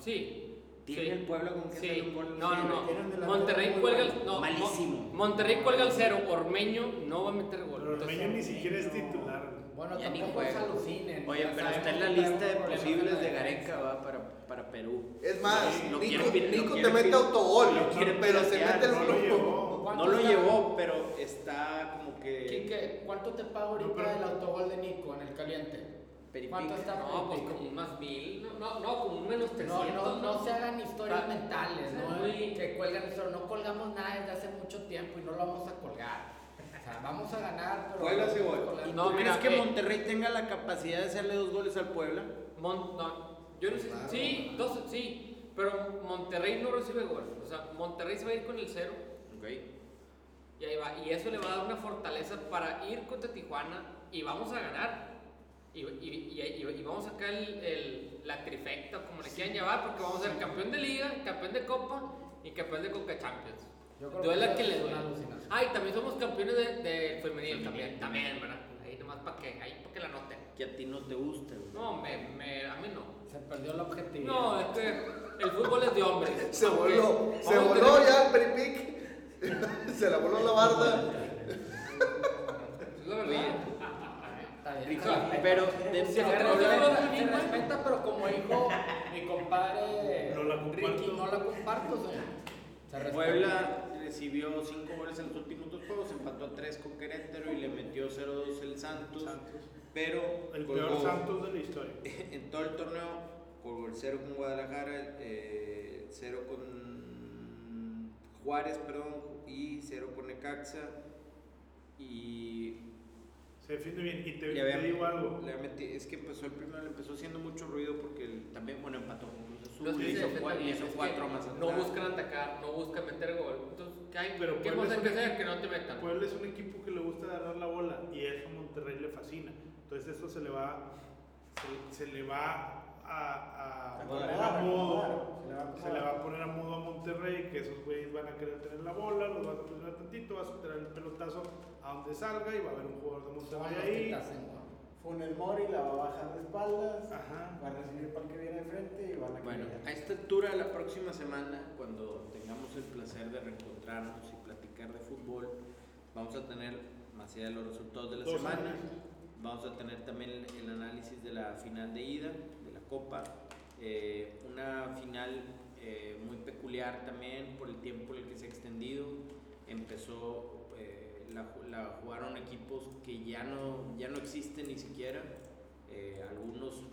E: Sí.
A: Tiene
E: sí.
A: el Puebla con que
E: Sí.
A: hacer un gol.
E: No, no,
F: Sí, metieron
E: no.
F: delantero
E: Monterrey
F: muy
E: cuelga
F: bueno.
E: el no,
A: Malísimo.
E: Mon- Monterrey cuelga el cero. Ormeño no va a meter gol.
D: Pero
E: Entonces,
D: Ormeño ni siquiera es
F: no.
D: titular.
C: Bueno,
A: Ya ni
C: tampoco se
A: juega.
C: alucinen.
A: Oye,
C: ya
A: pero
C: sabemos
A: está en la
C: que
A: lista de
C: tenemos problemas
A: posibles
C: la
A: de
C: defensa.
A: Gareca, va para, para Perú.
B: Es más,
A: Sí, lo
B: Nico,
A: quieren- lo
B: Nico te
A: quieren-
B: mete autogol,
A: lo quieren
B: pero se
A: piratear,
B: mete el
A: no lo
B: grupo.
D: llevó.
A: No
C: ¿Cuánto
A: lo
C: está-
A: llevó, pero está como que.
C: Quique, ¿cuánto te paga ahorita
D: No, pero-
C: el autogol de Nico en el caliente?
A: Peripic.
C: ¿Cuánto está
E: No, pues
C: Peripic?
E: como un más mil. No, no, no, como un menos
C: No,
E: 300.
C: no, no se hagan historias
E: Pa-
C: mentales,
E: o sea,
C: ¿no?
E: muy-
C: Que cuelgan historias. No colgamos nada desde hace mucho tiempo y no lo vamos a colgar. O sea, vamos a ganar, pero.
H: Puebla sí voy.
C: con la-
E: Y
I: No,
E: ¿Tú
I: ¿Crees
E: mira,
I: que
E: eh.
I: Monterrey tenga la capacidad de hacerle dos goles al Puebla?
E: Mon- no, yo no sé,
B: Claro.
E: sí, dos, sí, pero Monterrey no recibe gol. O sea, Monterrey se va a ir con el cero y ahí va. Y eso le va a dar una fortaleza para ir contra Tijuana y vamos a ganar. Y, y- y- y- y vamos a sacar el, el- la trifecta, como le quieran llamar, porque vamos a ser campeón de liga, campeón de copa y campeón de Coca Champions.
C: Yo creo
E: Duela que
C: es
E: le
C: una
E: duela.
C: alucinación.
E: Ah, y también somos campeones de, de femenil, también, también, ¿verdad? Ahí nomás para que, ahí para que la noten.
A: Que a ti no te gusta, güey.
E: No, me, me, a mí no.
C: Se perdió la objetividad.
E: No, es que el fútbol es de hombres.
B: [LAUGHS] Se
E: Aunque-
B: voló, se
E: vamos a
B: voló
E: tener-
B: ya el peripic. [LAUGHS] se la voló la barda.
E: Es la verdad.
C: Está bien.
E: Rico,
A: Pero
C: Se
A: dentro
E: agarró
A: de-
E: la-
C: respeta, se respeta, pero como dijo mi compadre
D: No la comparto.
C: Ricky, no la comparto, señor. Se respeta.
A: Puebla recibió 5 goles en los últimos dos juegos, empató a 3 con Querétaro y le metió 0-2 el Santos, pero
D: El
A: colgó
D: peor Santos de la historia.
A: en todo el torneo colgó el 0 con Guadalajara, eh, 0 con Juárez, perdón, y 0 con Necaxa y
D: Se defiende bien. Y te,
A: le
D: te
A: había-
D: digo algo.
A: le había meti- es que empezó el primero, le empezó haciendo mucho ruido porque el- también, bueno, empató con Cruz Azul
E: Los que
A: y
E: se
A: hizo
E: defienden
A: cua- y
E: bien,
A: hizo
E: es que
A: 4 más
E: No
A: atrás.
E: buscan atacar, no buscan meter gol. Entonces, ¿qué, hay?
D: Pero
E: ¿Qué
D: Puebla
E: más
D: es
E: hay
D: un
E: que hacer
D: equipo-
E: que no te
A: Pues,
E: metan?
D: Puebla es un equipo que le gusta agarrar la bola y eso a Monterrey le fascina. Entonces eso se le va, se, se le va a, a
F: Acomodar,
D: poner a
F: acomodar,
D: modo.
F: se le va a acomodar.
D: Se le va a poner a modo a Monterrey, que esos güeyes van a querer tener la bola, los vas a presionar tantito, vas a tirar el pelotazo a donde salga y va a haber un jugador de
C: Son los que
D: Monterrey
C: te
D: ahí.
C: hacen, güey.
F: Funel Mori la va a bajar de espaldas,
D: Ajá.
F: va a recibir para que viene de frente y van a
A: Bueno, eh,
F: caer.
A: a esta altura, la próxima semana, cuando tengamos el placer de reencontrarnos y platicar de fútbol, vamos a tener, más allá de los resultados de la
D: Dos
A: semana,
D: semanas.
A: vamos a tener también el- el análisis de la final de ida, de la Copa, eh, una final eh, muy peculiar también por el tiempo en el que se ha extendido, empezó, eh, la, ju- la jugaron equipos que ya no, ya no existen ni siquiera, Eh, algunos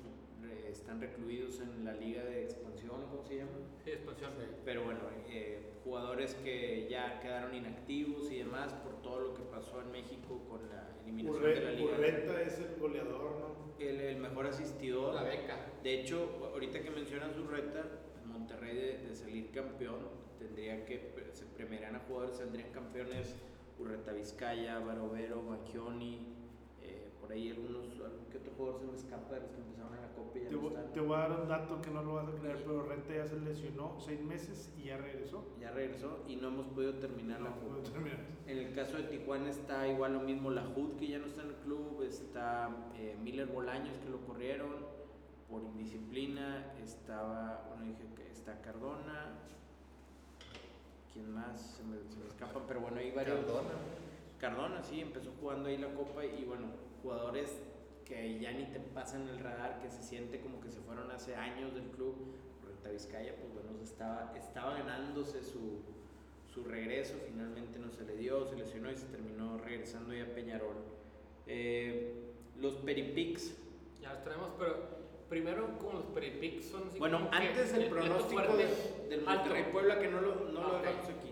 A: eh, están recluidos en la liga de expansión, ¿cómo se llama?
E: Sí, expansión.
A: Pero bueno, eh, jugadores que ya quedaron inactivos y demás por todo lo que pasó en México con la eliminación de la
D: Urre-
A: liga.
D: Urreta es el goleador, ¿no?
A: El, el mejor asistidor.
E: La beca.
A: De hecho, ahorita que mencionas su reta, Monterrey de, de salir campeón, tendría que, pre- se premiarían a jugadores, saldrían campeones Urreta Vizcaya, Barovero, Macchioni, eh, por ahí algunos, algún que otro jugador se me escapa de los que empezaron en la Copa y ya
D: Te,
A: no
D: vo-
A: están.
D: te voy a dar un dato que no lo vas a creer, pero Urreta ya se lesionó seis meses y ya regresó.
A: Ya regresó y no hemos podido terminar la Copa.
D: No, termina.
A: En el caso de Tijuana está igual lo mismo la Hood que ya no está en el club, está eh, Miller Bolaños que lo corrieron por indisciplina, estaba, bueno dije que está Cardona, ¿quién más? Se me, se me escapan, pero bueno hay varios. Cardona. Cardona, sí, empezó jugando ahí la copa y bueno, jugadores que ya ni te pasan el radar, que se siente como que se fueron hace años del club, Renta Vizcaya, pues bueno, se estaba, estaba ganándose su, su regreso, finalmente no se le dio, se lesionó y se terminó regresando ya a Peñarol. Eh, los Peripics,
E: Ya los traemos, pero primero, como los peripicks son. así
A: bueno,
E: como que
A: antes el
E: plato
A: pronóstico
E: fuerte,
A: de- del
E: alto. Ah,
A: Monterrey Puebla que no lo, no lo
E: Ok.
A: dejamos aquí.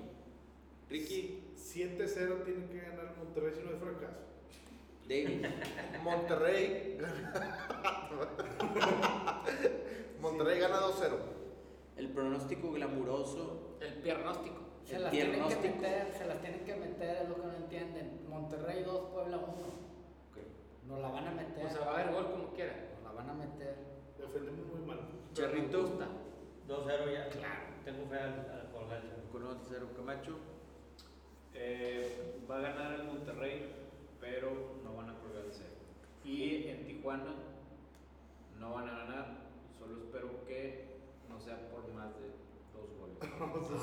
A: Ricky,
D: 7-0 tiene que ganar Monterrey si no es fracaso.
A: David,
B: Monterrey. [LAUGHS] Monterrey gana 2-0.
A: el pronóstico glamuroso.
E: El pronóstico.
C: Se
A: El
C: las tienen que
A: diagnóstico.
C: meter, se las tienen que meter, es lo que no entienden. Monterrey 2, Puebla 1. Nos la van a meter.
E: O sea, va a haber gol como quiera.
C: nos la van a meter.
D: Defendemos muy mal.
A: Charrito.
I: 2-0 ya. Claro. Tengo fe al, al Puebla.
A: Con 11-0 Camacho.
G: Eh, va a ganar el Monterrey, pero no van a colgar el cero. Y en Tijuana no van a ganar, solo espero que no sea por más de dos goles.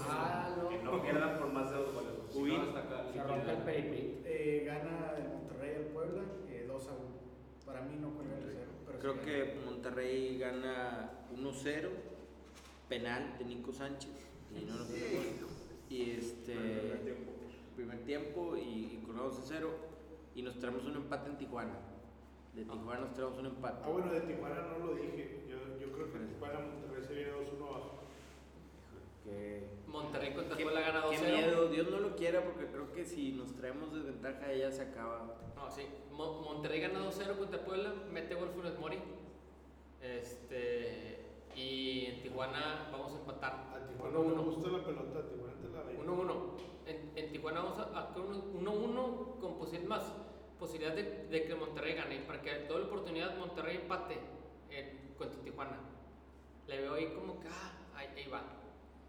C: Ah,
G: Que
C: no.
G: no pierdan por más de dos goles. Si no,
A: Uy.
G: hasta acá.
C: Se rompe el peripic.
F: Eh, gana el Monterrey al Puebla eh, 2 a 1. Para mí no cuelga el 0. Pero sí
A: Creo
F: gana.
A: que Monterrey gana 1-0, penal de Nico Sánchez. Y, no nos hace gol. y este, primer tiempo y, y con 11-0. Y nos traemos un empate en Tijuana. De Tijuana nos traemos un empate.
D: Ah, bueno, de Tijuana no lo dije. Yo, yo creo que Tijuana Monterrey se viene 2-1 abajo.
F: que
E: Monterrey contra
A: Qué,
E: Puebla gana 2-0.
A: qué miedo, Dios no lo quiera porque creo que si nos traemos desventaja ella se acaba.
E: No, sí. Mo- Monterrey gana 2-0 contra Puebla, mete gol Funes Mori. Este. Y en Tijuana vamos a empatar.
D: A Tijuana no
E: 1-1.
D: me gusta la pelota, a Tijuana te la ve.
E: 1-1. En, en Tijuana vamos a, a con un 1-1 con posi- más posibilidad de, de que Monterrey gane. Para que doble oportunidad Monterrey empate en- contra Tijuana. Le veo ahí como que, ah, ahí, ahí va.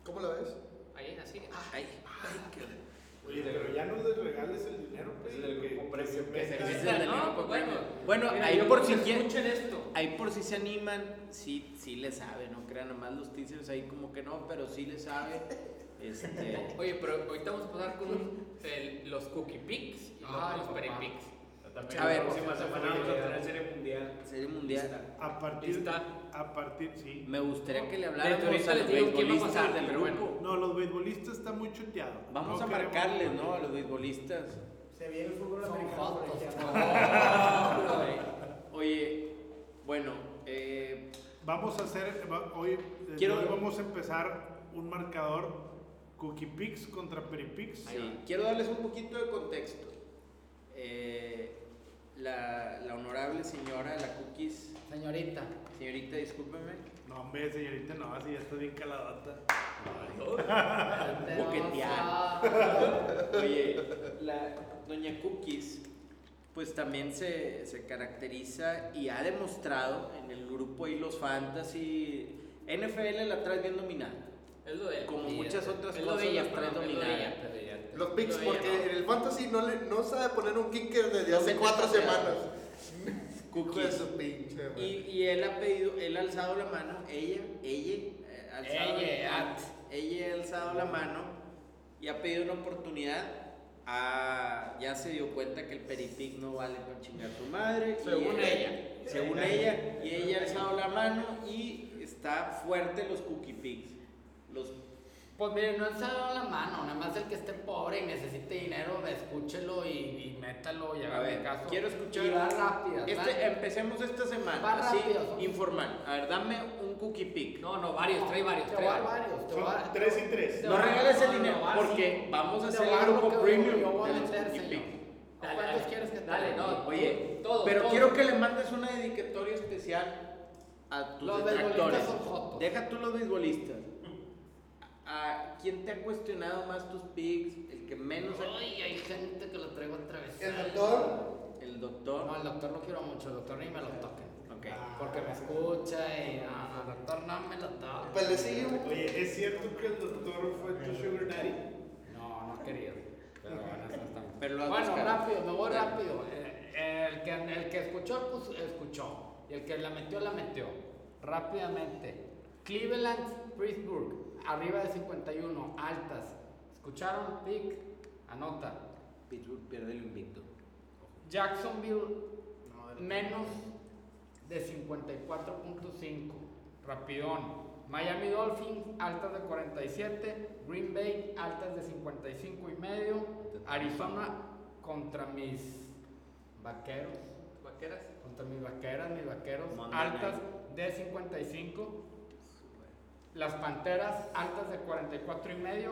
B: ¿Cómo la ves?
E: Ahí, así. ah,
A: Ay, ay, qué-
D: Oye, pero ya no les regales el dinero, pues.
G: Es del grupo
D: que se
G: precio, que se
D: metan.
A: Ese es
E: o sea,
A: el
E: no,
A: enemigo
E: pues bueno.
A: Bueno,
E: Mira,
A: ahí
E: yo
A: por
E: creo
A: si
E: que
A: quieren-
E: Escuchen esto.
A: Ahí por si se animan, sí, sí le sabe, no crean, nomás los teasers ahí como que no, pero sí le sabe.
D: [LAUGHS]
A: Este,
E: Oye, pero ahorita vamos a pasar con el- los cookie picks y
I: Ah,
E: los, los
I: papá.
E: peri picks.
A: A
G: También la
A: ver,
G: próxima semana vamos a tener serie mundial.
A: serie mundial.
D: A partir,
E: Está.
D: a partir, sí.
A: Me gustaría que le
E: Desde
A: habláramos
E: ahorita
A: a
E: les
A: los
E: digo quién va a
A: beisbolistas
E: pasar,
A: del
E: pero bueno.
A: grupo.
D: No, los beisbolistas están muy chuteados.
A: Vamos a marcarles, ¿no? A los beisbolistas.
F: se viene el fútbol
C: Son
F: americano. por
C: jotos,
F: ejemplo.
A: Oye, bueno, eh,
D: Vamos a hacer, va- hoy, desde
A: Quiero-
D: hoy vamos a empezar un marcador Cookie Picks contra Peripix.
A: sí, quiero darles un poquito de contexto. Eh, la, la honorable señora, la cookies,
C: Señorita,
A: señorita, discúlpeme,
D: No, hombre, señorita, no, así ya está bien caladota.
C: te
A: Boquetear.
C: vamos a-
A: Oye, la doña Cookies, pues también se, se caracteriza y ha demostrado en el grupo y los fantasy. NFL la trae bien dominada.
E: Es lo de él.
A: Como
E: Sí,
A: muchas
E: es-
A: otras
E: es lo de
A: cosas,
E: ella,
A: las trae
E: perdón, es lo de
A: dominada.
E: ella.
B: Los picks,
E: Lo veía,
B: porque
E: ¿no?
B: en el fantasy no, le, no sabe poner un kicker desde hace
A: mete
B: cuatro
A: pateada.
B: semanas. Hijo de
A: Cookies.
B: su pinche,
A: Y,
B: güey.
A: y él ha pedido, él ha alzado la mano, ella, ella, eh, ha alzado,
E: Ella,
A: ha- ella ha alzado la mano y ha pedido una oportunidad. Ah, ya se dio cuenta que el peripic no vale para chingar tu madre. y
E: Según ella.
A: Según ella, y ella ha alzado la mano y está fuerte los cookie pigs. Los,
C: Pues miren, no han dado la mano, nada más el que esté pobre y necesite dinero, escúchelo y, y métalo y
A: a
C: haga
A: ver,
C: caso.
A: quiero escuchar.
C: Y va rápida,
A: Este,
C: ¿verdad?
A: empecemos esta semana,
C: Va
A: así,
C: rápido.
A: informal. A ver, dame un cookie pig.
E: No, no, varios,
A: eh,
E: trae varios,
C: Te
E: trae
C: voy a dar
E: varios.
C: varios, te
D: Son
C: voy a dar-
D: tres y tres.
C: te
A: No
C: voy a dar-
A: regales el
C: no,
A: dinero
C: no, vas-
A: porque vamos a
C: te
A: hacer
C: voy a dar
A: el grupo
C: lo que
A: premium
C: Yo voy a
A: de los
C: meter,
A: Cookie
C: señor.
A: Pick.
E: Dale,
C: ¿Cuántos
E: dale.
C: quieres que te
E: Dale,
C: dé?
E: no,
A: Oye,
E: todo,
A: pero
E: todo.
A: quiero que le mandes una dedicatoria especial a tus
C: Los
A: detractores.
C: beisbolistas son jotos.
A: Deja tú los beisbolistas. ¿A a quién te ha cuestionado más tus picks? El que menos. ha-
C: Ay, hay gente que lo traigo atravesado.
B: El doctor,
A: El
C: No,
A: doctor.
C: el doctor lo quiero mucho, el doctor ni me lo toque.
A: Ok.
C: Porque me escucha y ah, el doctor no me lo toca.
B: pues le sigue, güey.
D: Oye, ¿es cierto que el doctor fue tu sugar daddy?
C: No, no quería. Pero bueno, eso está bien.
A: Pero lo has
C: Bueno,
A: buscado.
C: rápido, me voy
A: Dale.
C: rápido. Eh, el, que, el que escuchó, pues escuchó. Y el que la metió, la metió. Rápidamente. Cleveland, Pittsburgh, arriba de 51, altas. ¿Escucharon? Pick, anota.
A: Pittsburgh pierde el invicto.
C: Jacksonville, menos de 54.5. Rapidón. Miami Dolphins, altas de 47. Green Bay, altas de 55 y medio. Arizona contra mis vaqueros.
E: Vaqueras.
C: Contra mis vaqueras, mis vaqueros.
A: Monday
C: Altas de 55. Las Panteras, altas de 44 y medio.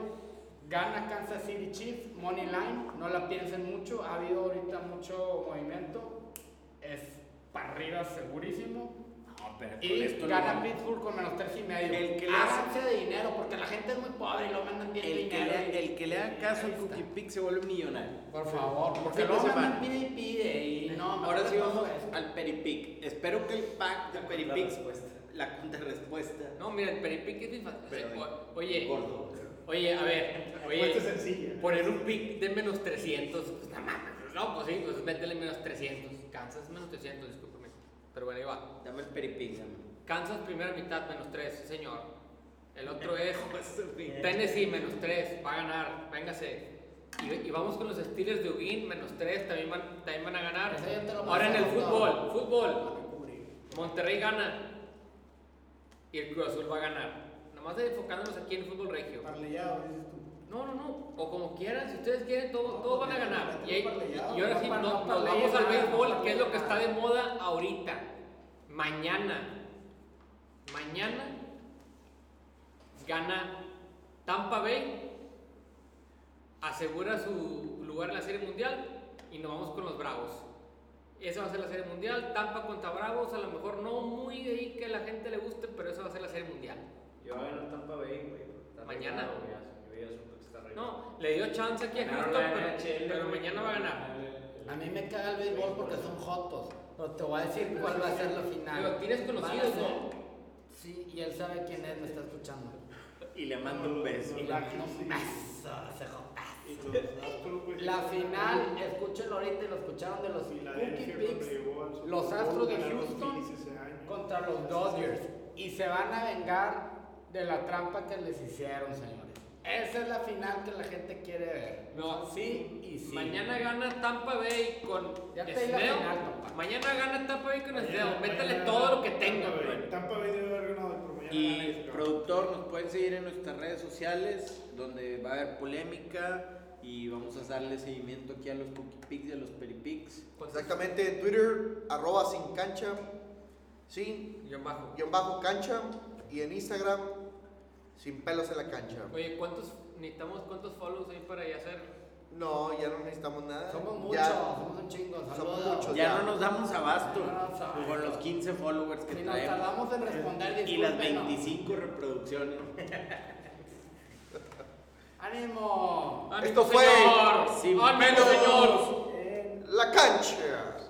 C: Gana Kansas City Chiefs, Money Line. No la piensen mucho. Ha habido ahorita mucho movimiento. Es para arriba segurísimo.
A: No, pero con
C: Y
A: esto
C: gana
A: no-
C: Pittsburgh con menos 3 y medio.
A: El que le
C: Háganse de dinero porque la gente es muy pobre y lo mandan bien
A: el, que
C: dinero.
A: le,
C: y-
A: el que le haga
C: y
A: caso al
C: ahí está.
A: cookie pick se vuelve millonario.
C: Por favor, porque
A: Fin de
C: lo
A: semana.
C: mandan pide y pide. Y no,
A: Ahora
C: mejor
A: sí
C: le
A: vamos
C: paso esto.
A: al peripic. Espero que el pack de peripics, la contrarrespuesta,
E: No, mira, el peripic es bien fácil.
A: Pero,
E: O- Oye,
A: gordo.
E: oye, a ver,
D: Esta es
E: oye,
D: sencilla.
E: poner un pick de menos 300, pues nada más. No, pues sí, pues métele menos 300. Kansas menos 300, discúlpame. Pero bueno, ahí va.
A: Dame el peripic, dame.
E: Kansas primera mitad menos 3, señor. El otro
A: Eh,
E: es Tennessee menos 3, va a ganar, véngase. Y, y vamos con los Steelers de Ugin menos 3, también van, también van a ganar.
C: Ese ya te lo
E: Ahora en el
C: pasé,
E: fútbol, fútbol. Monterrey gana. Y el Cruz Azul va a ganar. Nomás enfocándonos aquí en el fútbol regio.
F: Parleado, dices tú.
E: No, no, no. O como quieran, si ustedes quieren, todo- todos van a ganar. Y, ahí-
F: parleyado,
E: y ahora
F: no
E: sí,
F: par-
E: no-
F: no
E: nos
F: parleyes
E: vamos al
F: nada,
E: béisbol,
F: no
E: que es lo que
F: parleyes
E: está de
F: nada.
E: moda ahorita. Mañana. Mañana gana Tampa Bay asegura su lugar en la Serie Mundial y nos vamos con los Bravos. Esa va a ser la Serie Mundial. Tampa contra Bravos, a lo mejor no muy de ahí que a la gente le guste, pero esa va a ser la Serie Mundial.
G: Yo voy a ganar Tampa Bay, güey. Está
E: Mañana.
G: arreglado, ya- Yo ya supe que está arreglado.
E: No, le dio chance aquí a
G: Ganaron
E: Houston,
G: la
E: pero,
G: NHL,
E: pero
G: güey.
E: mañana va a ganar.
C: A mí me caga el béisbol porque son jotos. Pero te voy a decir cuál va a ser la final.
E: Digo, tienes
C: Van a
E: conocidos,
C: ser-
E: ¿no?
C: Sí, y él sabe quién es, me está escuchando.
A: Y le mando un beso.
C: Y
D: Los
C: le
D: Lakers,
C: mando
D: sí.
C: un beso, ese jotazo. [LAUGHS]
D: Y los Astros, güey.
C: La final, escúchenlo ahorita y lo escucharon de los Cookie
D: Filadelfia cuando
C: Picks
D: llegó al Super
C: los
D: Bowl,
C: Astros de
D: ganaron
C: Houston
D: 15 años.
C: contra los Dodgers. Y se van a vengar de la trampa que les hicieron, señores. Esa es la final que la gente quiere ver.
E: No.
C: sí y sí.
E: Mañana gana Tampa Bay con
C: Ya te di la
E: Snell.
C: final, papá.
E: Mañana gana Tampa Bay con Snell.
D: Mañana-
E: Métele
D: mañana
E: todo lo que
D: Tampa
E: tenga,
D: Bay.
E: güey.
D: Tampa Bay debe haber ganado, pero mañana gana
A: Y
D: este, cabrón.
A: productor, nos pueden seguir en nuestras redes sociales, donde va a haber polémica y vamos a darle seguimiento aquí a los Cookie Picks y a los Peripics.
B: Pues, Exactamente, en Twitter, arroba sin cancha, sin
E: Yo bajo.
B: guión bajo cancha, y en Instagram, sin pelos en la cancha.
E: Oye, ¿cuántos necesitamos cuántos follows ahí para ya hacer?
B: No, ya no necesitamos nada.
C: Somos muchos,
B: Ya,
C: somos un chingo.
B: somos
C: saludos.
B: muchos.
A: Ya no nos damos abasto
C: No nos abasto.
A: con los 15 followers que
C: Si nos
A: traemos
C: tardamos en responder,
A: y las
C: discúlpenos.
A: 25 reproducciones.
C: ¡Ánimo!
E: ¡Ánimo,
B: Esto fue
E: señor!
A: Sin
E: ¡Ánimo,
A: Pelos.
E: Ah, señor!
B: la cancha.